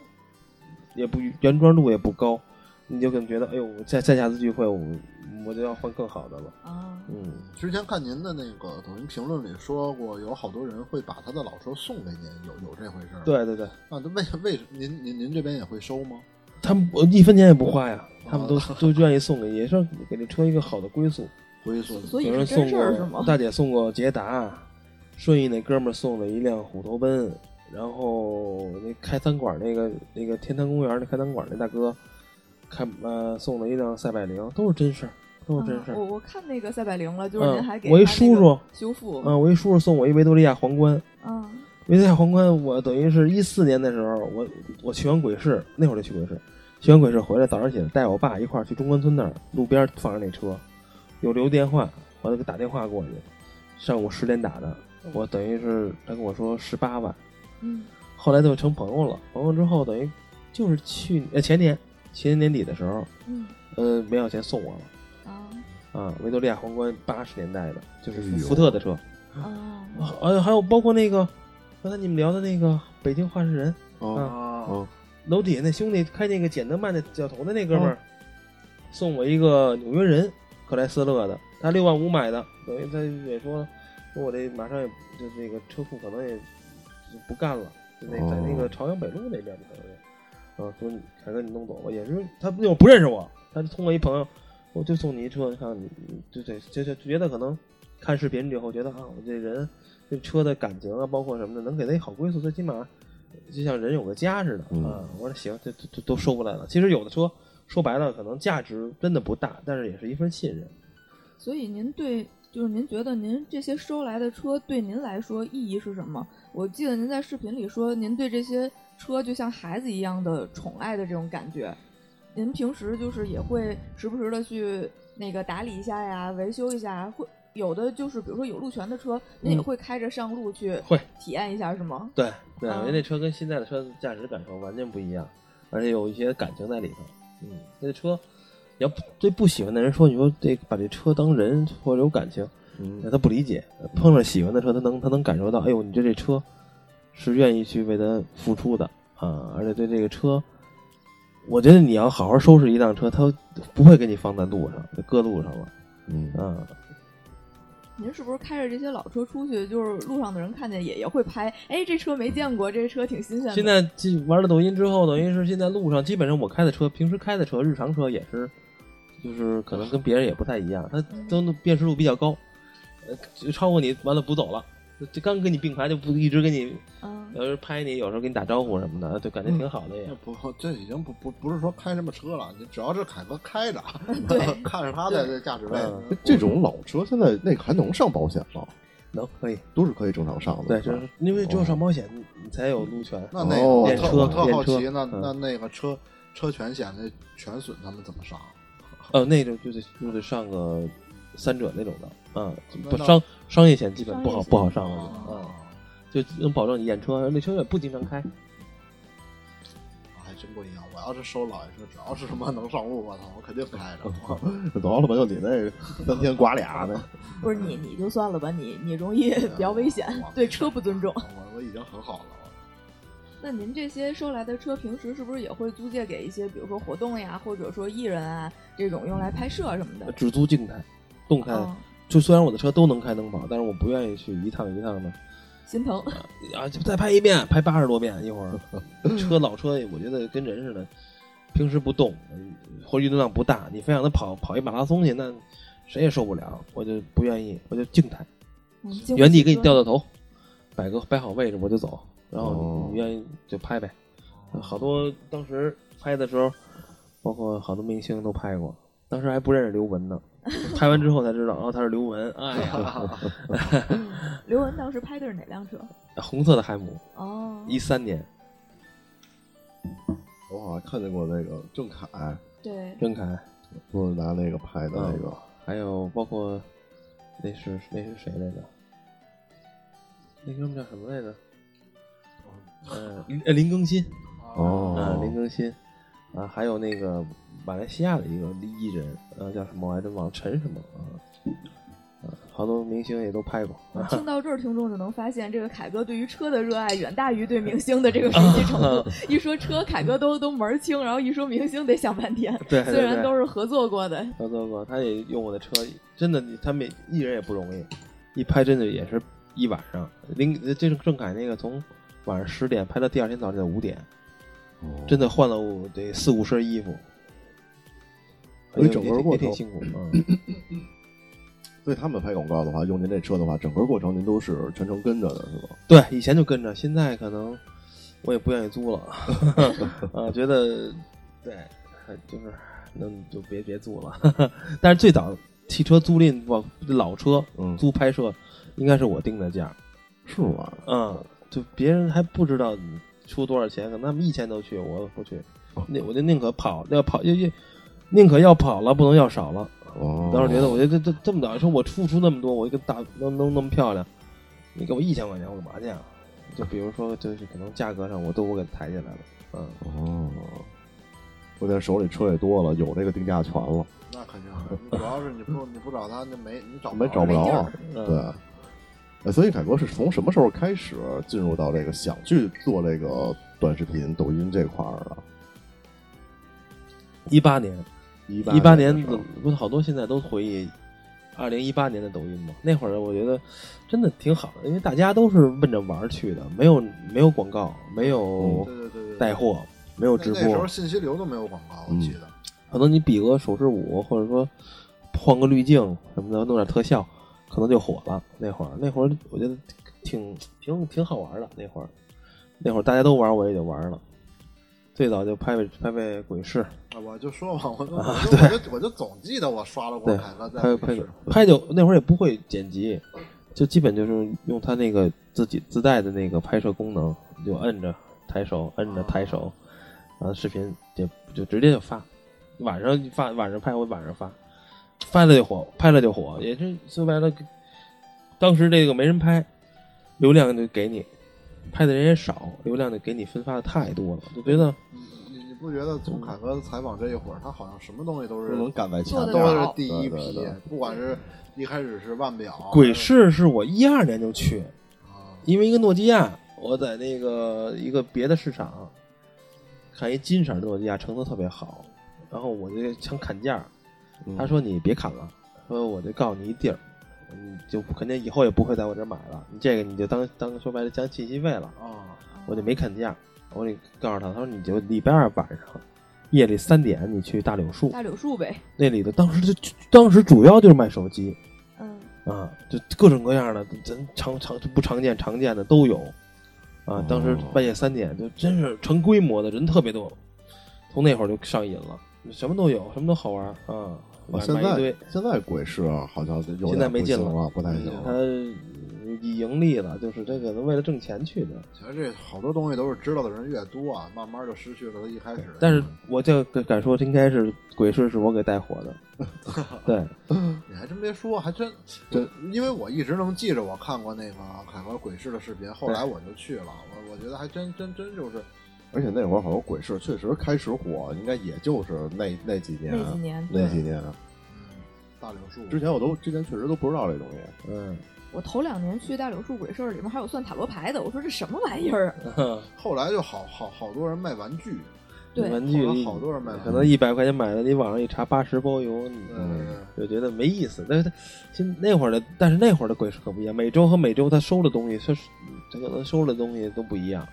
S6: 也不原装度也不高，你就可能觉得，哎呦，我再再下次聚会我我就要换更好的了，
S4: 啊，
S6: 嗯，
S5: 之前看您的那个抖音评论里说过，有好多人会把他的老车送给您，有有这回事儿吗？
S6: 对对对，
S5: 啊，那为为您您您这边也会收吗？
S6: 他们我一分钱也不花呀，他们都
S5: 哦
S6: 都愿意送给，也是给这车一个好的归宿，
S5: 归宿
S4: 所以
S6: 有人
S4: 是真
S6: 送
S4: 事儿是吗
S6: 过？大姐送过捷达，顺义那哥们儿送了一辆虎头奔，然后那开餐馆那个那个天坛公园那开餐馆那大哥开呃送了一辆赛百灵，都是真事儿，都是真事
S4: 啊
S6: 儿。
S4: 我我看那个赛百灵了，就是您还
S6: 嗯，
S4: 给
S6: 我一
S4: 他那
S6: 叔
S4: 个
S6: 叔，
S4: 修复，
S6: 嗯，我一叔叔送我一维多利亚皇冠，
S4: 嗯
S6: 维多利亚皇冠，我等于是一四年的时候，我我去完鬼市，那会儿就去鬼市，去完鬼市回来，早上起来带我爸一块儿去中关村那儿，路边放着那车，有留电话，完了给打电话过去，上午十点打的，我等于是他跟我说十八万，
S4: 嗯
S6: 后来就成朋友了，朋友之后等于就是去呃前年前年年底的时候，
S4: 嗯
S6: 呃没有钱送我了
S4: 啊
S6: 啊，维多利亚皇冠八十年代的，就是
S2: 哎呦
S6: 福特的车，嗯
S4: 啊
S6: 还有还有包括那个刚才你们聊的那个北京话事人。
S5: 哦
S6: 嗯
S2: 啊啊，
S6: 哦楼底下那兄弟开那个简德曼的脚头的那哥们儿，送我一个纽约人克莱斯勒的，他六万五买的，等于他也说了，说我这马上也就这个车库可能也就不干了，就那在那个朝阳北路那边可能是，啊，说你凯哥你弄走吧，也是他又不认识我，他就通过一朋友，我就送你一车，你看你你就得就就觉得可能看视频之后觉得啊，我这人对车的感情啊，包括什么的，能给他一好归宿，最起码就像人有个家似的、
S2: 嗯
S6: 啊。我说行，这这这都收过来了。其实有的车说白了，可能价值真的不大，但是也是一份信任。
S4: 所以您对，就是您觉得您这些收来的车对您来说意义是什么？我记得您在视频里说，您对这些车就像孩子一样的宠爱的这种感觉。您平时就是也会时不时的去那个打理一下呀，维修一下呀，会有的就是比如说有路权的车，您也
S6: 嗯
S4: 会开着上路去
S6: 会
S4: 体验一下，是吗？
S6: 对对，
S4: 啊
S6: 我觉得那车跟现在的车驾驶感受完全不一样，而且有一些感情在里头。嗯，那车你要不对不喜欢的人说，你说这把这车当人或者有感情，
S2: 嗯
S6: 那他不理解。碰上喜欢的车，他能他能感受到，哎呦，你对这车是愿意去为他付出的啊，而且对这个车，我觉得你要好好收拾一辆车，他不会给你放在路上，就搁路上了
S2: 嗯，
S6: 啊。
S4: 您是不是开着这些老车出去，就是路上的人看见也也会拍？哎，这车没见过，这车挺新鲜的。
S6: 现在这玩了抖音之后，等于是现在路上基本上我开的车，平时开的车，日常车也是，就是可能跟别人也不太一样，它都能辨识度比较高，呃，就超过你完了不走了，就就刚跟你并排就不一直跟你，
S4: 嗯，
S6: 有时候拍你，有时候跟你打招呼什么的，就感觉挺好的也。
S5: 这不，这已经不不不是说开什么车了，你只要是凯哥开着，
S4: 对
S5: 看着他在这驾驶位，
S6: 嗯
S2: 这种老车现在那个还能上保险吗？
S6: 能可以，嗯哦
S2: 都是可以正常上的，
S6: 对，
S2: 是
S6: 就
S2: 吧
S6: 是因为只有上保险，你才有路权。
S5: 那那个
S2: 哦
S5: 我
S2: 练
S5: 特
S2: 车
S5: 我特
S6: 练
S5: 好
S6: 车
S5: 奇，那
S6: 嗯
S5: 那那个车车全险那全损他们怎么上？啊
S6: 呃，那种就得就得上个三者那种的，啊，不
S5: 那那
S6: 商商业险基本不好
S4: 商业险
S6: 不好上了，
S5: 哦
S2: 嗯
S6: 啊，就能保证你验车，那车也不经常开。
S5: 还真不一样。我要是收老爷车，只要是他妈能上路，我操，我肯定开着。
S2: 嗯老老板就你那三天刮俩的，
S4: 不是你，你就算了吧，你你容易
S6: 啊
S4: 比较危险
S5: 我，
S4: 对车不尊重。
S5: 我我已经很好了。
S4: 那您这些收来的车，平时是不是也会租借给一些，比如说活动呀，或者说艺人啊这种用来拍摄什么的？
S6: 只租静态，动态、
S4: 嗯，
S6: 就虽然我的车都能开能跑，但是我不愿意去一趟一趟的
S4: 心 疼。
S6: 啊，就再拍一遍，拍八十多遍一会 儿。车老车，我觉得跟人似的，平时不动，嗯或者运动量不大，你非让他跑跑一马拉松去，那谁也受不了。我就不愿意，我就静态，
S4: 嗯经不
S6: 原地
S4: 起
S6: 给你
S4: 车
S6: 掉掉头，摆个摆好位置我就走，然
S2: 哦
S6: 后你愿意就拍呗。好多当时拍的时候，包括好多明星都拍过，当时还不认识刘雯 呢，拍完之后才知道，哦，他是刘雯。哎呀，
S4: 刘雯当时拍的是哪辆车？
S6: 红色的海姆，
S4: 哦，
S6: 一三年，
S2: 我好像看见过那个郑恺，
S4: 对，
S6: 任凯，
S2: 不是拿那个拍的那个，
S6: 还有包括那是那是谁来着？那哥们叫什么来着？呃，林呃林更新，啊，林
S2: 哦，
S6: 更新，啊，还有那个马来西亚的一个艺人，呃，叫什么我还真忘了，陈什么啊，啊，好多明星也都拍过，啊，
S4: 听到这儿，听众就能发现，这个凯哥对于车的热爱远大于对明星的这个熟悉程 度。一说车，凯哥都都门儿清，然后一说明星得想半天。
S6: 对对
S4: 虽然
S6: 对
S4: 都是合作过的，
S6: 合作过，他也用我的车，真的，他们艺人也不容易，一拍真的也是一晚上。林呃这是郑恺那个从晚上十点拍到第二天早上的五点，
S2: 哦
S6: 真的换了我得四五身衣服，
S2: 我一整个
S6: 也挺
S2: 过
S6: 也
S2: 程
S6: 挺辛苦。嗯
S2: 所以他们拍广告的话，用您这车的话，整个过程您都是全程跟着的，是吧？
S6: 对，以前就跟着，现在可能我也不愿意 租了，啊，觉得对，就是那就别别租了。 但是最早汽车租赁我老车
S2: 嗯
S6: 租拍摄，应该是我定的价，
S2: 是吗？
S6: 嗯，就别人还不知道你出多少钱，可能他们一千都去，我不去，那我就宁可跑，要跑要要宁可要跑了，不能要少了。
S2: 哦，
S6: 当时觉得，我觉得这这这么早说，我付出那么多，我一个大能能那么漂亮，你给我一千块钱，我干嘛去啊？就比如说，就是可能价格上我都我给抬起来了，嗯，
S2: 哦，我在手里车也多了，有这个定价权了，
S5: 那肯定是，你主要是你不你不找他，那没你找
S2: 没找不着啊。
S6: 嗯
S2: 对，呃所以凯哥是从什么时候开始进入到这个想去做这个短视频、抖音这块儿的？
S6: 一八年，
S2: 一
S6: 一八
S2: 八
S6: 年
S2: 的时候
S6: 不是好多现在都回忆二零一八年的抖音嘛？那会儿我觉得真的挺好的，因为大家都是奔着玩儿去的，没有没有广告，没有
S5: 对对对对，
S6: 带货，没有
S5: 那
S6: 直播，
S5: 那时候信息流都没有广告，
S2: 嗯
S5: 我记得。
S6: 可能你比个手势舞，或者说换个滤镜什么的，弄点特效，可能就火了。那会儿，那会儿我觉得挺挺挺好玩的。那会儿，那会儿大家都玩，我也就玩了。最早就拍拍拍拍鬼市，
S5: 啊，我就说嘛，我就
S2: 啊
S5: 我就我就我就总记得我刷了过
S6: 对
S5: 凯哥在鬼
S6: 拍拍
S5: 市
S6: 拍就那会儿也不会剪辑，就基本就是用他那个自己自带的那个拍摄功能，你就摁着抬手，摁着抬手，然后视频就就直接就发，晚上发晚上拍我晚上发，发了就火，拍了就火，也是说白了，当时这个没人拍，流量就给你，拍的人也少，流量就给你分发的太多了，就觉得
S5: 你你你不觉得从凯哥采访这一会儿，他好像什么东西都是
S2: 都能赶在前
S4: 做得
S2: 面
S5: 都
S2: 儿
S5: 是
S4: 了
S5: 第一
S2: 对对
S5: 批
S2: 对，
S5: 不管是一开始是腕表，
S6: 鬼市是我一二年就去，
S5: 啊，
S6: 因为一个诺基亚，我在那个一个别的市场看一金色的诺基亚，成色特别好，然后我就想砍价，他说你别砍了，说我就告诉你一地儿，你就肯定以后也不会在我这儿买了，你这个你就当当说白了交信息费了，
S5: 啊，
S6: 我就没砍价，我得告诉他，他说你就礼拜二晚上夜里三点你去大柳树
S4: 大柳树呗，
S6: 那里头，当时就就当时主要就是卖手机，
S4: 嗯，
S6: 啊，就各种各样的，咱常常不常见、常见的都有。啊，当时
S2: 哦
S6: 半夜三点就真是成规模的人特别多，从那会儿就上瘾了，什么都有，什么都好玩儿啊，
S2: 啊
S6: 买
S2: 现
S6: 买一堆
S2: 在。现在鬼市好像有
S6: 现在
S2: 点
S6: 没
S2: 不
S6: 劲
S2: 行
S6: 了嗯
S2: 了，不太行了。
S6: 他盈利了，就是这个为了挣钱去
S2: 嗯
S6: 的。
S5: 其实这好多东西都是知道的人越多啊，慢慢就失去了他一开始。
S6: 但是我这个敢说，应该是鬼市是我给带火 的。对，
S5: 你还真别说，还真
S2: 真，
S5: 因为我一直能记着我看过那个凯哥鬼市的视频，后来我就去了，我我觉得还真真真就是
S2: 而且那会儿好像鬼市确实开始火，应该也就是那那几年，
S4: 那几年
S2: 那几
S4: 对
S2: 年啊
S5: 嗯大柳树
S2: 之前我都之前确实都不知道这东西，
S6: 嗯，
S4: 我头两年去大柳树鬼市，里面还有算塔罗牌的，我说这什么玩意儿？啊
S5: 后来就好好好多人卖玩具，
S4: 对
S6: 玩具
S5: 好多
S6: 一
S5: 好多人买了
S6: 可能一百块钱买的，你网上一查八十包邮，你
S5: 对
S2: 嗯
S5: 对对
S6: 就觉得没意思。但是他其实那会儿的，但是那会儿的鬼市可不一样，每周和每周他收的东西，他他可能收的东西都不一样，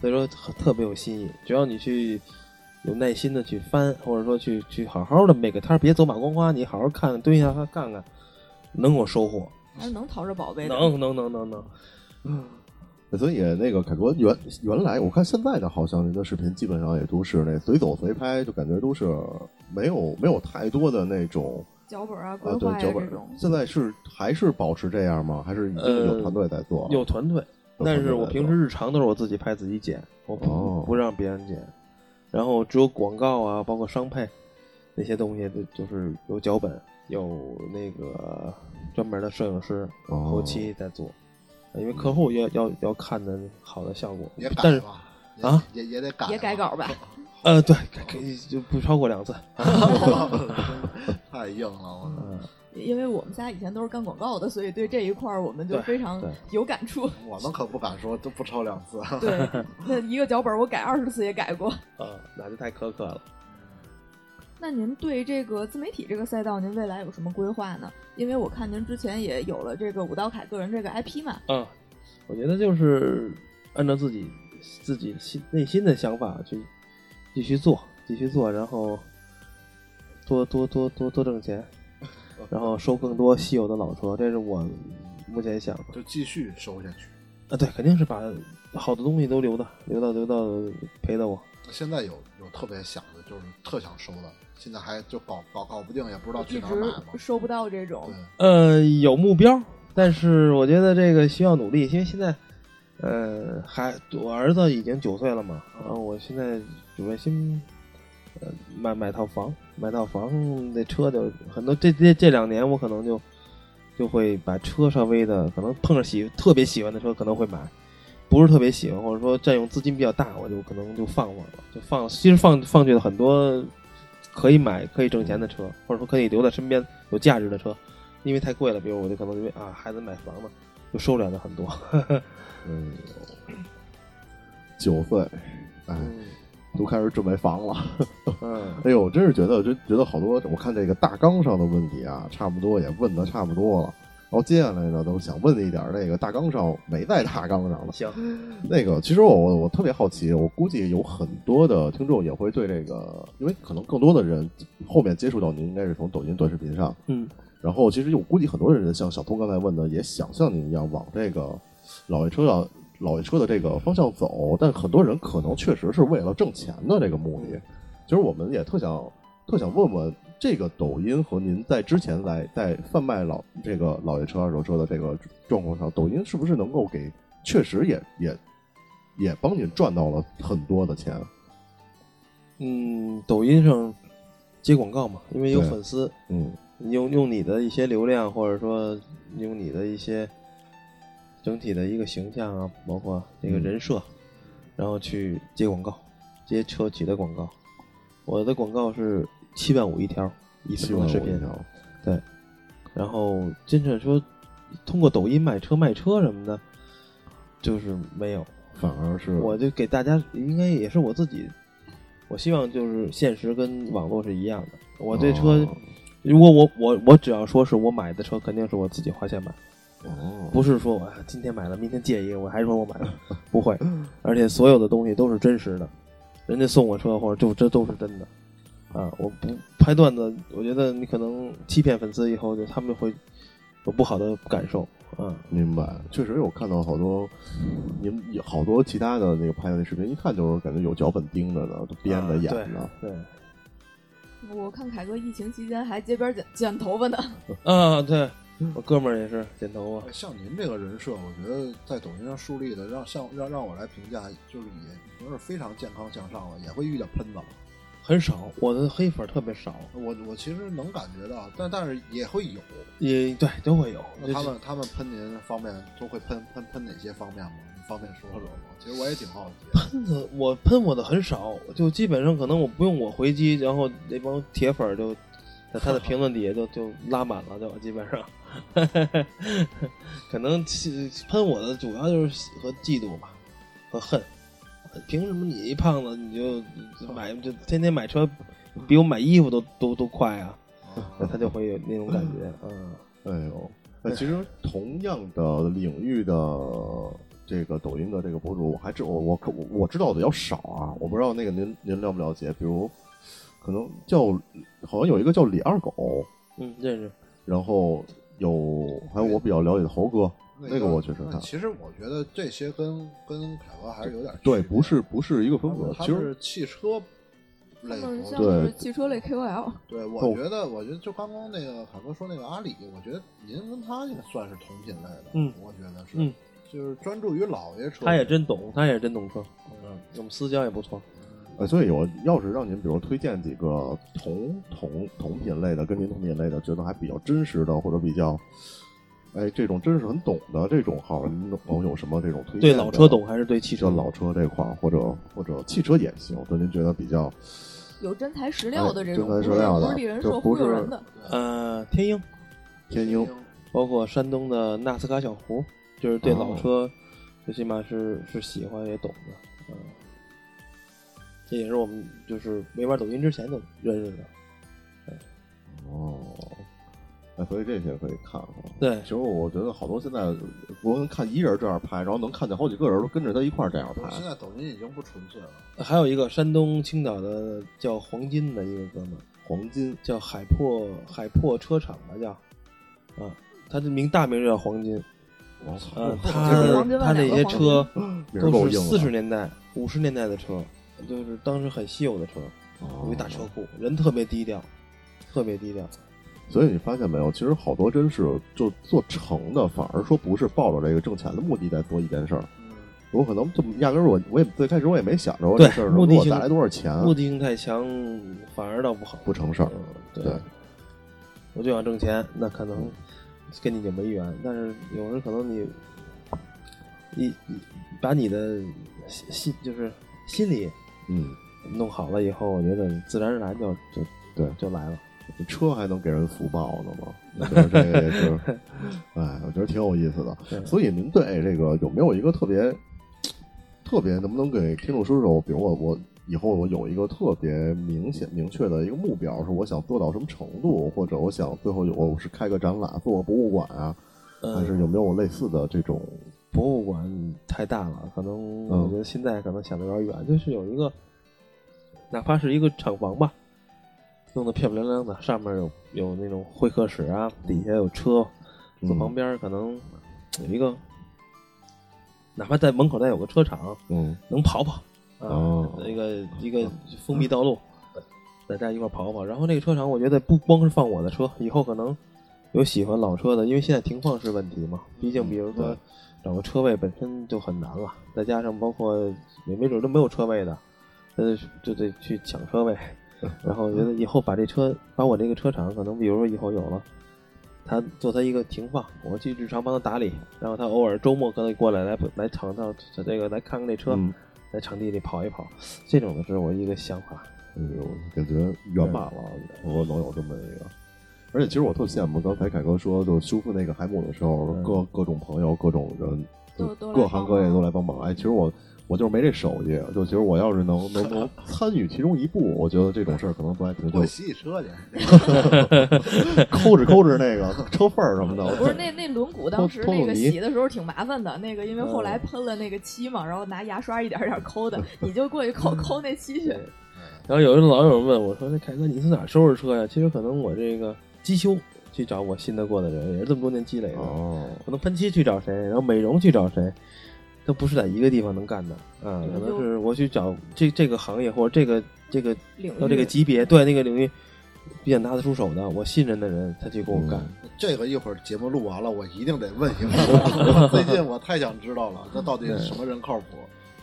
S6: 所以说特特别有新意。只要你去有耐心的去翻，或者说去去好好的每个摊儿别走马观花，你好好看看，蹲下看看看，能有收获，
S4: 还是能淘着宝贝的。
S6: 能能能能能。
S2: 所以那个凯哥原原来我看现在的好像您的视频基本上也都是那随走随拍，就感觉都是没有没有太多的那种
S4: 脚本啊、规
S2: 啊对
S4: 划呀
S2: 脚
S4: 这
S2: 本
S4: 种。。
S2: 现在是还是保持这样吗？还是已经有团队在做了？
S6: 呃有团队，
S2: 有团队
S6: 但是我
S2: 在
S6: 平时
S2: 做
S6: 日常都是我自己拍自己剪，我不、
S2: 哦
S6: 不让别人剪。然后只有广告啊，包括商配那些东西，就就是有脚本，有那个专门的摄影师、
S2: 哦
S6: 后期在做，因为客户要要要看的好的效果
S5: 也。改
S6: 但是
S5: 吧，
S6: 啊
S5: 也也也得改，
S4: 也改 稿吧，
S6: 呃，对，可以就不超过两次。
S5: 太硬了，我操
S4: 因为我们仨以前都是干广告的，所以对这一块儿我们就
S6: 对
S4: 非常
S6: 对
S4: 有感触。
S5: 我们可不敢说都不超两次。啊
S4: 对，那一个脚本我改二十次也改过。
S6: 呃，那就太苛刻了。
S4: 那您对这个自媒体这个赛道，您未来有什么规划呢？因为我看您之前也有了这个武道凯个人这个 IP 嘛，
S6: 嗯，我觉得就是按照自己自己心内心的想法去继续做，继续做，然后多多多多多挣钱。然后收更多稀有的老车，这是我目前想的。
S5: 就继续收下去。
S6: 啊，对，肯定是把好的东西都留的，留到留到陪着我。
S5: 那现在有有特别想的，就是特想收的，现在还就搞搞搞不定，也不知道去
S4: 一
S5: 哪儿买嘛。
S4: 直收不到这种
S5: 对，，
S6: 呃，有目标，但是我觉得这个需要努力，因为现在，呃，还我儿子已经九岁了嘛，然后我现在准备先，呃，买买套房，买套房，那车就很多。这这这两年我可能就就会把车稍微的，可能碰上喜特别喜欢的车可能会买，不是特别喜欢或者说占用资金比较大，我就可能就放放了，就放。其实放放去了很多可以买、可以挣钱的车，或者说可以留在身边有价值的车，因为太贵了。比如我就可能因为啊孩子买房嘛，就收敛了很多。
S2: 嗯，九岁，哎，都开始准备房了。
S6: 嗯，
S2: 哎呦，真是觉得，真觉得好多，我看这个大纲上的问题啊，差不多也问的差不多了。然后接下来呢，都想问一点那个大纲上没在大纲上的
S6: 行，
S2: 那个，其实我我我特别好奇，我估计有很多的听众也会对这个，因为可能更多的人后面接触到您，应该是从抖音短视频上。
S6: 嗯，
S2: 然后其实我估计很多人像小通刚才问的，也想像您一样往这个老爷车上老爷车的这个方向走，但很多人可能确实是为了挣钱的这个目的。其实我们也特想特想问问，这个抖音和您在之前来在贩卖老这个老爷车、二手车的这个状况上，抖音是不是能够给确实也也也帮您赚到了很多的钱？
S6: 嗯，抖音上接广告嘛，因为有
S2: 对
S6: 粉丝，
S2: 嗯
S6: 用用你的一些流量，或者说用你的一些整体的一个形象啊，包括这个人设，
S2: 嗯
S6: 然后去接广告，接车企的广告。我的广告是七万五一条，一分钟的视频。
S2: 75条
S6: 然后真正说通过抖音卖车卖车什么的，就是没有。
S2: 反而是
S6: 我就给大家，应该也是我自己，我希望就是现实跟网络是一样的。我对车，
S2: 哦
S6: 如果我我我只要说是我买的车，肯定是我自己花钱买，
S2: 哦
S6: 不是说我啊今天买了，明天借一个，我还说我买 了，不会。而且所有的东西都是真实的，人家送我车或者就这都是真的。啊，我不拍段子，我觉得你可能欺骗粉丝以后，就他们会有不好的感受啊。
S2: 明白，确实有看到好多，你们有好多其他的那个拍的那视频，一看就是感觉有脚本盯着呢，都编
S5: 啊
S2: 着演呢。
S6: 对，
S4: 我看凯哥疫情期间还街边剪剪头发呢，
S6: 啊，对我哥们儿也是剪头啊发。
S5: 哎像您这个人设，我觉得在抖音上树立的，让像让让我来评价，就是也已经是非常健康向上了，也会遇见喷子了。
S6: 很少，我的黑粉儿特别少，
S5: 我我其实能感觉到，但但是也会有。
S6: 也对都会有。
S5: 那他们他们喷您方面都会喷喷喷哪些方面吗？你方便说说吗？其实我也挺好奇的。
S6: 喷的我喷我的很少，就基本上可能我不用我回击，然后那帮铁粉儿就在他的评论底下 就就拉满了，就基本上。 可能其喷我的主要就是喜和嫉妒吧，和恨。凭什么你一胖子你就买就天天买车，比我买衣服都都都快啊？ 那他就会有那种感觉啊。嗯
S2: 哎呦，那其实同样的领域的这个抖音的这个博主，我还知我我可我我知道的要少啊，我不知道那个您您了不了解，比如可能叫好像有一个叫李二狗，
S6: 嗯，认识。
S2: 然后有还有我比较了解的猴哥，
S5: 啊
S2: 那个我确实
S5: 那
S2: 看，
S5: 其实我觉得这些跟跟凯哥还是有点区
S2: 对，
S5: 别
S2: 不是不是一个
S5: 他
S2: 风
S5: 们
S2: 格，
S5: 他
S2: 其
S5: 们
S2: 实
S5: 是汽车
S4: 他
S5: 类
S4: 们
S5: 博
S4: 像
S5: 主。
S4: 是汽车类 KOL，
S5: 对，我
S2: 哦
S5: 觉得我觉得就刚刚那个凯哥说那个阿里，我觉得您跟他也算是同品类的，
S6: 嗯
S5: 我觉得是，
S6: 嗯
S5: 就是专注于老爷车。
S6: 他也真懂，他也真懂车。嗯，我们私交也不错。
S2: 呃，所以我要是让您，比如推荐几个同同同品类的，跟您同品类的，觉得还比较真实的，或者比较，哎，这种真是很懂的这种号，您能有什么这种推荐？
S6: 对老车懂，还是对汽
S2: 汽车
S6: 车懂？
S2: 老车这块儿，或者或者汽车也行，就您觉得比较
S4: 有真材实料的这种，
S2: 哎真材
S4: 不
S2: 实
S4: 是
S2: 料的
S4: 不是立人
S2: 这
S4: 设
S2: 不
S4: 忽悠
S2: 是
S4: 人的。
S6: 呃，天鹰，
S2: 天鹰，
S6: 包括山东的纳斯卡小胡，就是对
S2: 哦
S6: 老车，最起码是是喜欢也懂的。嗯，这也是我们就是没玩抖音之前就认识的。
S2: 哦，哎，所以这些可以看啊。
S6: 对
S2: 其实我觉得好多现在，我能看一人这样拍，然后能看见好几个人都跟着他一块儿这样
S5: 不
S2: 拍
S5: 是。现在抖音已经不纯粹了，
S6: 还有一个山东青岛的叫黄金的一个哥们儿，
S2: 黄金，
S6: 叫海珀海珀车厂吧，叫啊，它的名大名就叫黄金，
S2: 我操，
S6: 啊，
S4: 这
S6: 它
S4: 黄金万
S6: 它那
S4: 两个黄
S6: 些车
S2: 名儿够
S6: 都是
S2: 硬
S6: 四十
S2: 的啊
S6: 年代、五十年代的车，就是当时很稀有的车，
S2: 哦
S6: 有一大车库，人特别低调，特别低调。
S2: 所以你发现没有，其实好多真是就做成的，反而说不是抱着这个挣钱的目的在做一件事儿。我可能就压根儿我我也最开始我也没想着我这
S6: 嗯对
S2: 事儿
S6: 目
S2: 能给
S6: 的
S2: 我
S6: 性
S2: 带来多少钱，啊
S6: 目的性太强，反而倒不好，
S2: 不成事儿。
S6: 嗯，
S2: 对
S6: 对，我就想挣钱，那可能跟你就没缘。但是有人可能你，你你把你的心心就是心理
S2: 嗯，
S6: 弄好了以后，我觉得自然而然就就
S2: 对哎
S6: 就来了。
S2: 车还能给人福报呢吗？ 我觉得这个也是，哎，我觉得挺有意思的。
S6: 对
S2: 所以您对这个有没有一个特别特别，能不能给听众说说？比如我我以后我有一个特别明显明确的一个目标，是我想做到什么程度，或者我想最后有我是开个展览，做个博物馆啊，
S6: 嗯
S2: 还是有没有类似的这种？
S6: 博物馆太大了，可能
S2: 嗯
S6: 我觉得现在可能想的有点远，就是有一个，哪怕是一个厂房吧，弄得漂漂亮亮的，上面有有那种会客室啊，底下有车，坐
S2: 嗯
S6: 旁边可能有一个，哪怕在门口再有个车场，
S2: 嗯，
S6: 能跑跑啊
S2: 哦，嗯
S6: 一个一个封闭道路，大家一块儿跑跑。然后那个车场，我觉得不光是放我的车，以后可能有喜欢老车的，因为现在停放是问题嘛。毕竟，比如说
S2: 嗯对
S6: 找个车位本身就很难了，再加上包括也没准儿都没有车位的，那就就得去抢 车位。然后我觉得以后把这车，把我这个车场，可能比如说以后有了。他做他一个停放，我去日常帮他打理，然后他偶尔周末可能过来来来场上这个来看看这车，
S2: 嗯
S6: 在场地里跑一跑，这种的是我一个想法。
S2: 哎呦，感觉圆满了，我能有这么一个。而且其实我特羡慕，刚才凯哥说，就修复那个海姆的时候，
S6: 嗯
S2: 各各种朋友、各种人，
S4: 都
S2: 就
S4: 都来
S2: 各行各业
S4: 帮忙
S2: 都来帮忙。哎，其实我我就是没这手艺，就其实我要是能能能参与其中一步，我觉得这种事儿可能都还挺就
S5: 我洗洗车去，
S2: 抠着抠着那个车缝儿什么的。我
S4: 不是那那轮毂当时
S2: 偷偷
S4: 那个
S2: 泥
S4: 洗的时候挺麻烦的，那个因为
S2: 嗯
S4: 后来喷了那个漆嘛，然后拿牙刷一点儿一点儿抠的，你就过去
S2: 嗯
S4: 抠抠那漆去。
S6: 然后有人老有人问我说：“那凯哥，你从哪收拾车呀？”其实可能我这个机修去找我信得过的人，也是这么多年积累的。
S2: 哦，
S6: 可能喷漆去找谁，然后美容去找谁，都不是在一个地方能干的啊。
S4: 对
S6: 可能
S4: 就是
S6: 我去找这这个行业或者这个这个
S4: 领域
S6: 到这个级别，对那个领域比较拿得出手的，我信任的人，他去给我干。
S5: 这个一会儿节目录完了，我一定得问一问。 最近我太想知道了，这到底是什么 人靠谱？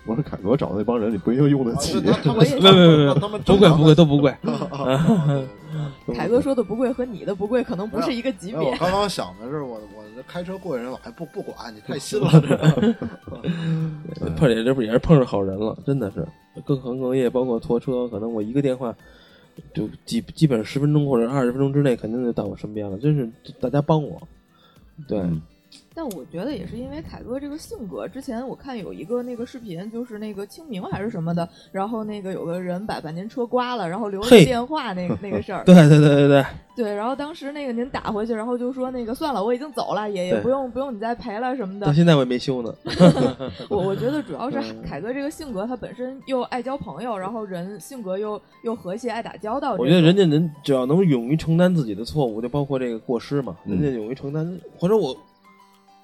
S2: 我说凯哥找那帮人，你不一定用得
S5: 啊
S2: 起。
S5: 那他们
S4: 我也
S6: 没没没没
S5: 他们
S6: 不贵不贵都不贵。
S5: 贵。
S4: 凯哥说的不贵和你的不贵可能不是一个级
S5: 哎，我
S4: 别。
S5: 刚刚想的是，我我这开车过人了，还不不管你太新了，这个
S6: 碰也这不也是碰上好人了，真的是各行各业，包括拖车，可能我一个电话就基基本上十分钟或者二十分钟之内，肯定就到我身边了，真是大家帮我。对，
S2: 嗯
S4: 但我觉得也是因为凯哥这个性格，之前我看有一个那个视频，就是那个清明还是什么的，然后那个有个人把把您车刮了，然后留了
S6: 嘿
S4: 电话那个那个事儿，
S6: 对对对对对，
S4: 对，然后当时那个您打回去，然后就说那个算了，我已经走了，也也
S6: 对
S4: 不用不用你再赔了什么的
S6: 到。现在我也没修呢。
S4: 我我觉得主要是
S6: 嗯
S4: 凯哥这个性格，他本身又爱交朋友，然后人性格又又和谐，爱打交道这种。
S6: 我觉得人家能只要能勇于承担自己的错误，就包括这个过失嘛，
S2: 嗯
S6: 人家勇于承担。或者我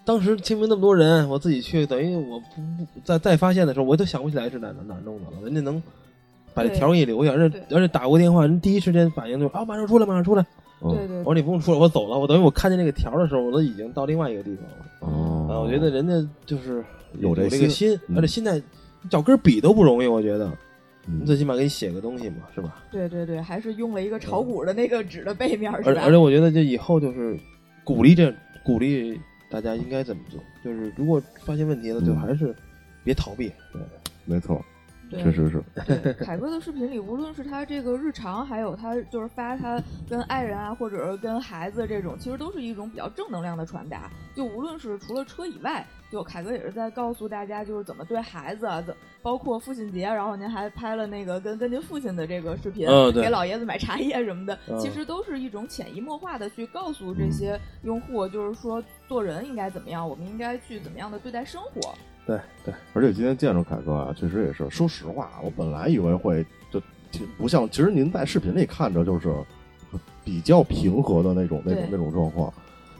S6: 当时清明那么多人，我自己去，等于我不不再再发现的时候，我都想不起来是哪哪哪弄的了。人家能把这
S4: 对
S6: 条给留下，人家而且打过电话，人第一时间反应就是啊，马上出来，马上出来。
S4: 对
S2: 嗯
S4: 对
S6: 我说你不用说了，我走了。我等于我看见那个条儿的时候，我都已经到另外一个地方了。啊，
S2: 哦，
S6: 我觉得人家就是
S2: 有这
S6: 这
S2: 心
S6: 个心，
S2: 嗯
S6: 而且现在找根笔都不容易，我觉得
S2: 嗯
S6: 最起码给你写个东西嘛，是吧？
S4: 对对对，还是用了一个炒股的那个纸的背面儿，是
S6: 而
S4: 吧
S6: 而？且我觉得这以后就是鼓励这鼓励大家应该怎么做，就是如果发现问题了，就
S2: 嗯
S6: 还是别逃避。对
S2: 没错，
S4: 对
S2: 确实是。
S4: 对凯哥的视频里，无论是他这个日常，还有他就是发他跟爱人啊，或者是跟孩子这种，其实都是一种比较正能量的传达。就无论是除了车以外，就凯哥也是在告诉大家，就是怎么对孩子啊，怎包括父亲节，然后您还拍了那个跟跟您父亲的这个视频，
S6: 嗯对
S4: 给老爷子买茶叶什么的，
S6: 嗯
S4: 其实都是一种潜移默化的去告诉这些用户，就是说做人应该怎么样，我们应该去怎么样的对待生活。
S6: 对对，
S2: 啊而且今天见着凯哥啊，确实也是，说实话，我本来以为会就挺不像。其实您在视频里看着就是比较平和的那种那种
S4: 对
S2: 那种状况。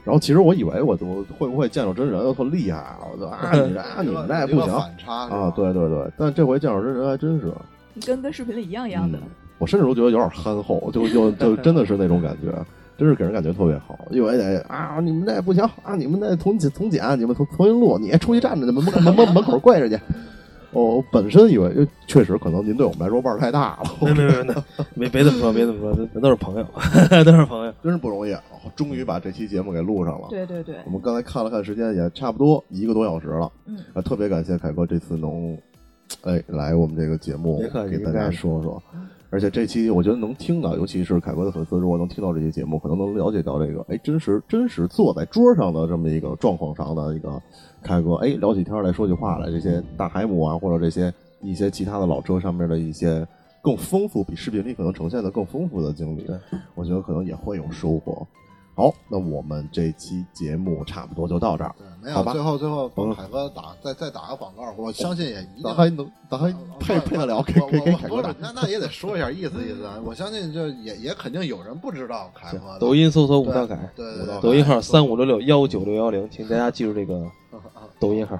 S2: 然后其实我以为我都会不会见着真人特厉害啊，我就啊你这 啊你们这也不
S5: 一
S2: 行
S5: 个反差是吧
S2: 啊，对对对。但这回见着真人还真是，
S4: 你跟跟视频里一样一样的。
S2: 嗯我甚至都觉得有点憨厚，就就就真的是那种感觉，真是给人感觉特别好。因为得啊，你们这不行啊，你们这从检从检，你们重重新录，你出去站着，你们门门门门口跪着去。 哦我本身以为，确实可能您对我们来说腕儿太大了，
S6: 没没没没别这么说，别这么说，咱都是朋友， 都是朋友。
S2: 真是不容易。哦终于把这期节目给录上了。
S4: 对对对
S2: 我，们刚才看了看时间，也差不多一个多小时了。
S4: 嗯，
S2: 啊，特别感谢凯哥这次能，哎，来我们这个节目
S6: 没客气
S2: 给大
S6: 没
S2: 家
S6: 客气
S2: 说说。而且这期我觉得能听到，尤其是凯哥的粉丝，如果能听到这期节目，可能能了解到这个，哎，真实真实坐在桌上的这么一个状况上的一个凯哥，哎，聊起天来说起话来，这些大海姆啊，或者这些一些其他的老车上面的一些更丰富，比视频里可能呈现的更丰富的经历，我觉得可能也会有收获。好，那我们这期节目差不多就到这儿。
S5: 对，没
S2: 好
S5: 有
S2: 吧
S5: 最后最后
S2: 嗯
S5: 海哥打再再打个广告，我相信也一定
S2: 咱还能，咱还配配得了给给给凯哥
S5: 不是
S2: 打，
S5: 那那也得说一下意思意思啊。我相信这也也肯定有人不知道凯哥的
S6: 抖音搜索武大凯，
S5: 对对
S2: 武道凯
S5: 对，
S6: 抖音号三五六六幺九六幺零，请大家记住这个抖音号。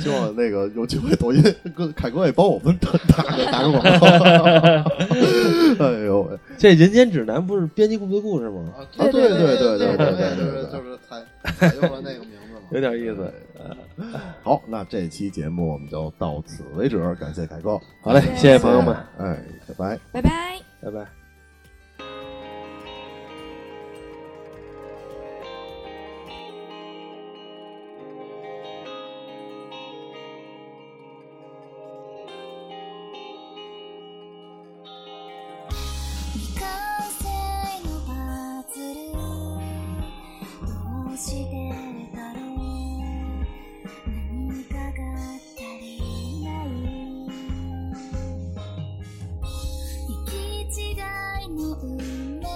S2: 希望那个有机会抖音跟凯哥也帮我们打打个打个广告。哎呦喂，
S6: 这《人间指南》不是编辑部的故事吗？
S5: 啊
S2: 对
S5: 对
S2: 对对
S5: 对
S2: 对对对
S5: 就是
S2: 对
S5: 就是采采用了那个名字嘛。
S6: 有点意思。
S2: 好，那这期节目我们就到此为止，感谢凯哥，
S6: 好嘞，谢谢朋友们，
S2: 哎，拜拜。
S3: 拜拜。
S6: 拜拜。
S7: 未完成のパズルどうしてだろう何かが足りない行き違いの運命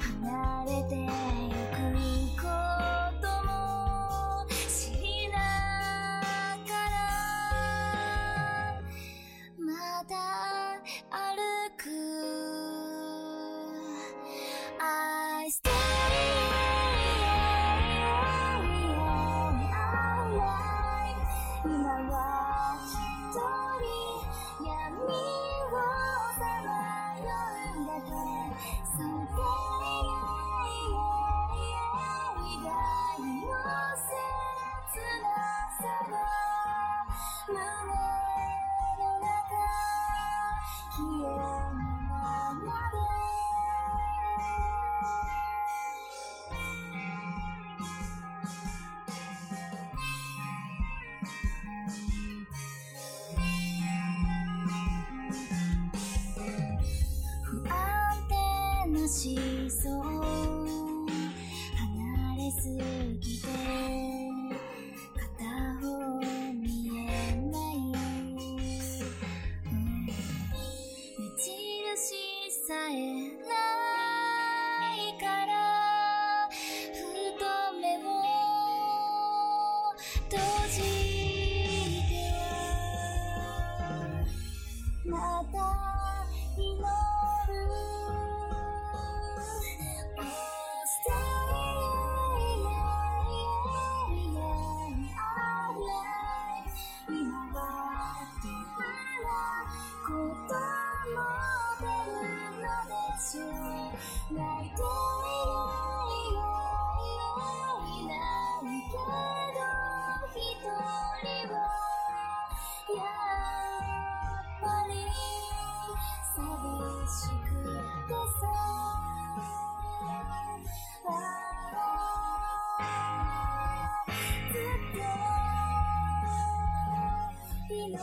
S7: 離れてゆくことも知らなからまだ歩く I stay alive 今は一人闇をさまようんだと Someday が身を切なさが胸の中消えるままで不安定な思想離れすぎて片方見えない目印さえないからふと目を閉じてはまた祈る Oh, stay alive 今はどんなことも出るのでしょう泣いていないよいないけど一人はやっぱり寂しくてさ Ah, ずっと祈っ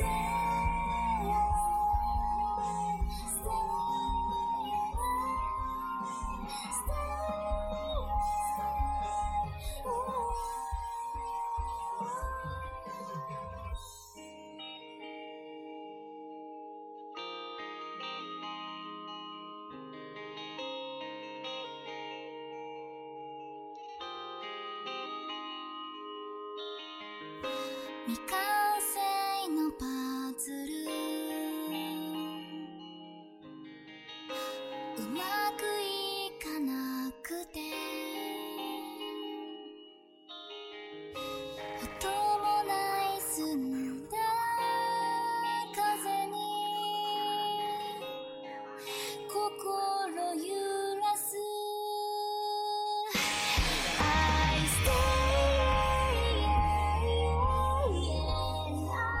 S7: た
S5: 「
S7: 未完成のパズルうまくいかなくて音もない澄んだ風に心揺らす I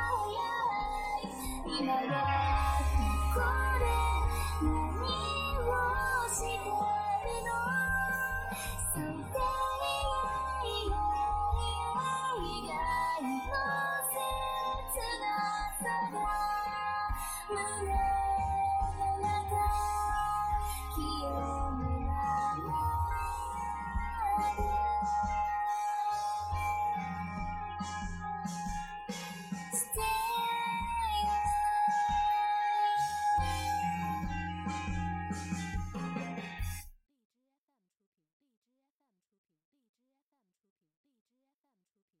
S7: stay alive 今はここで何をしてるの Something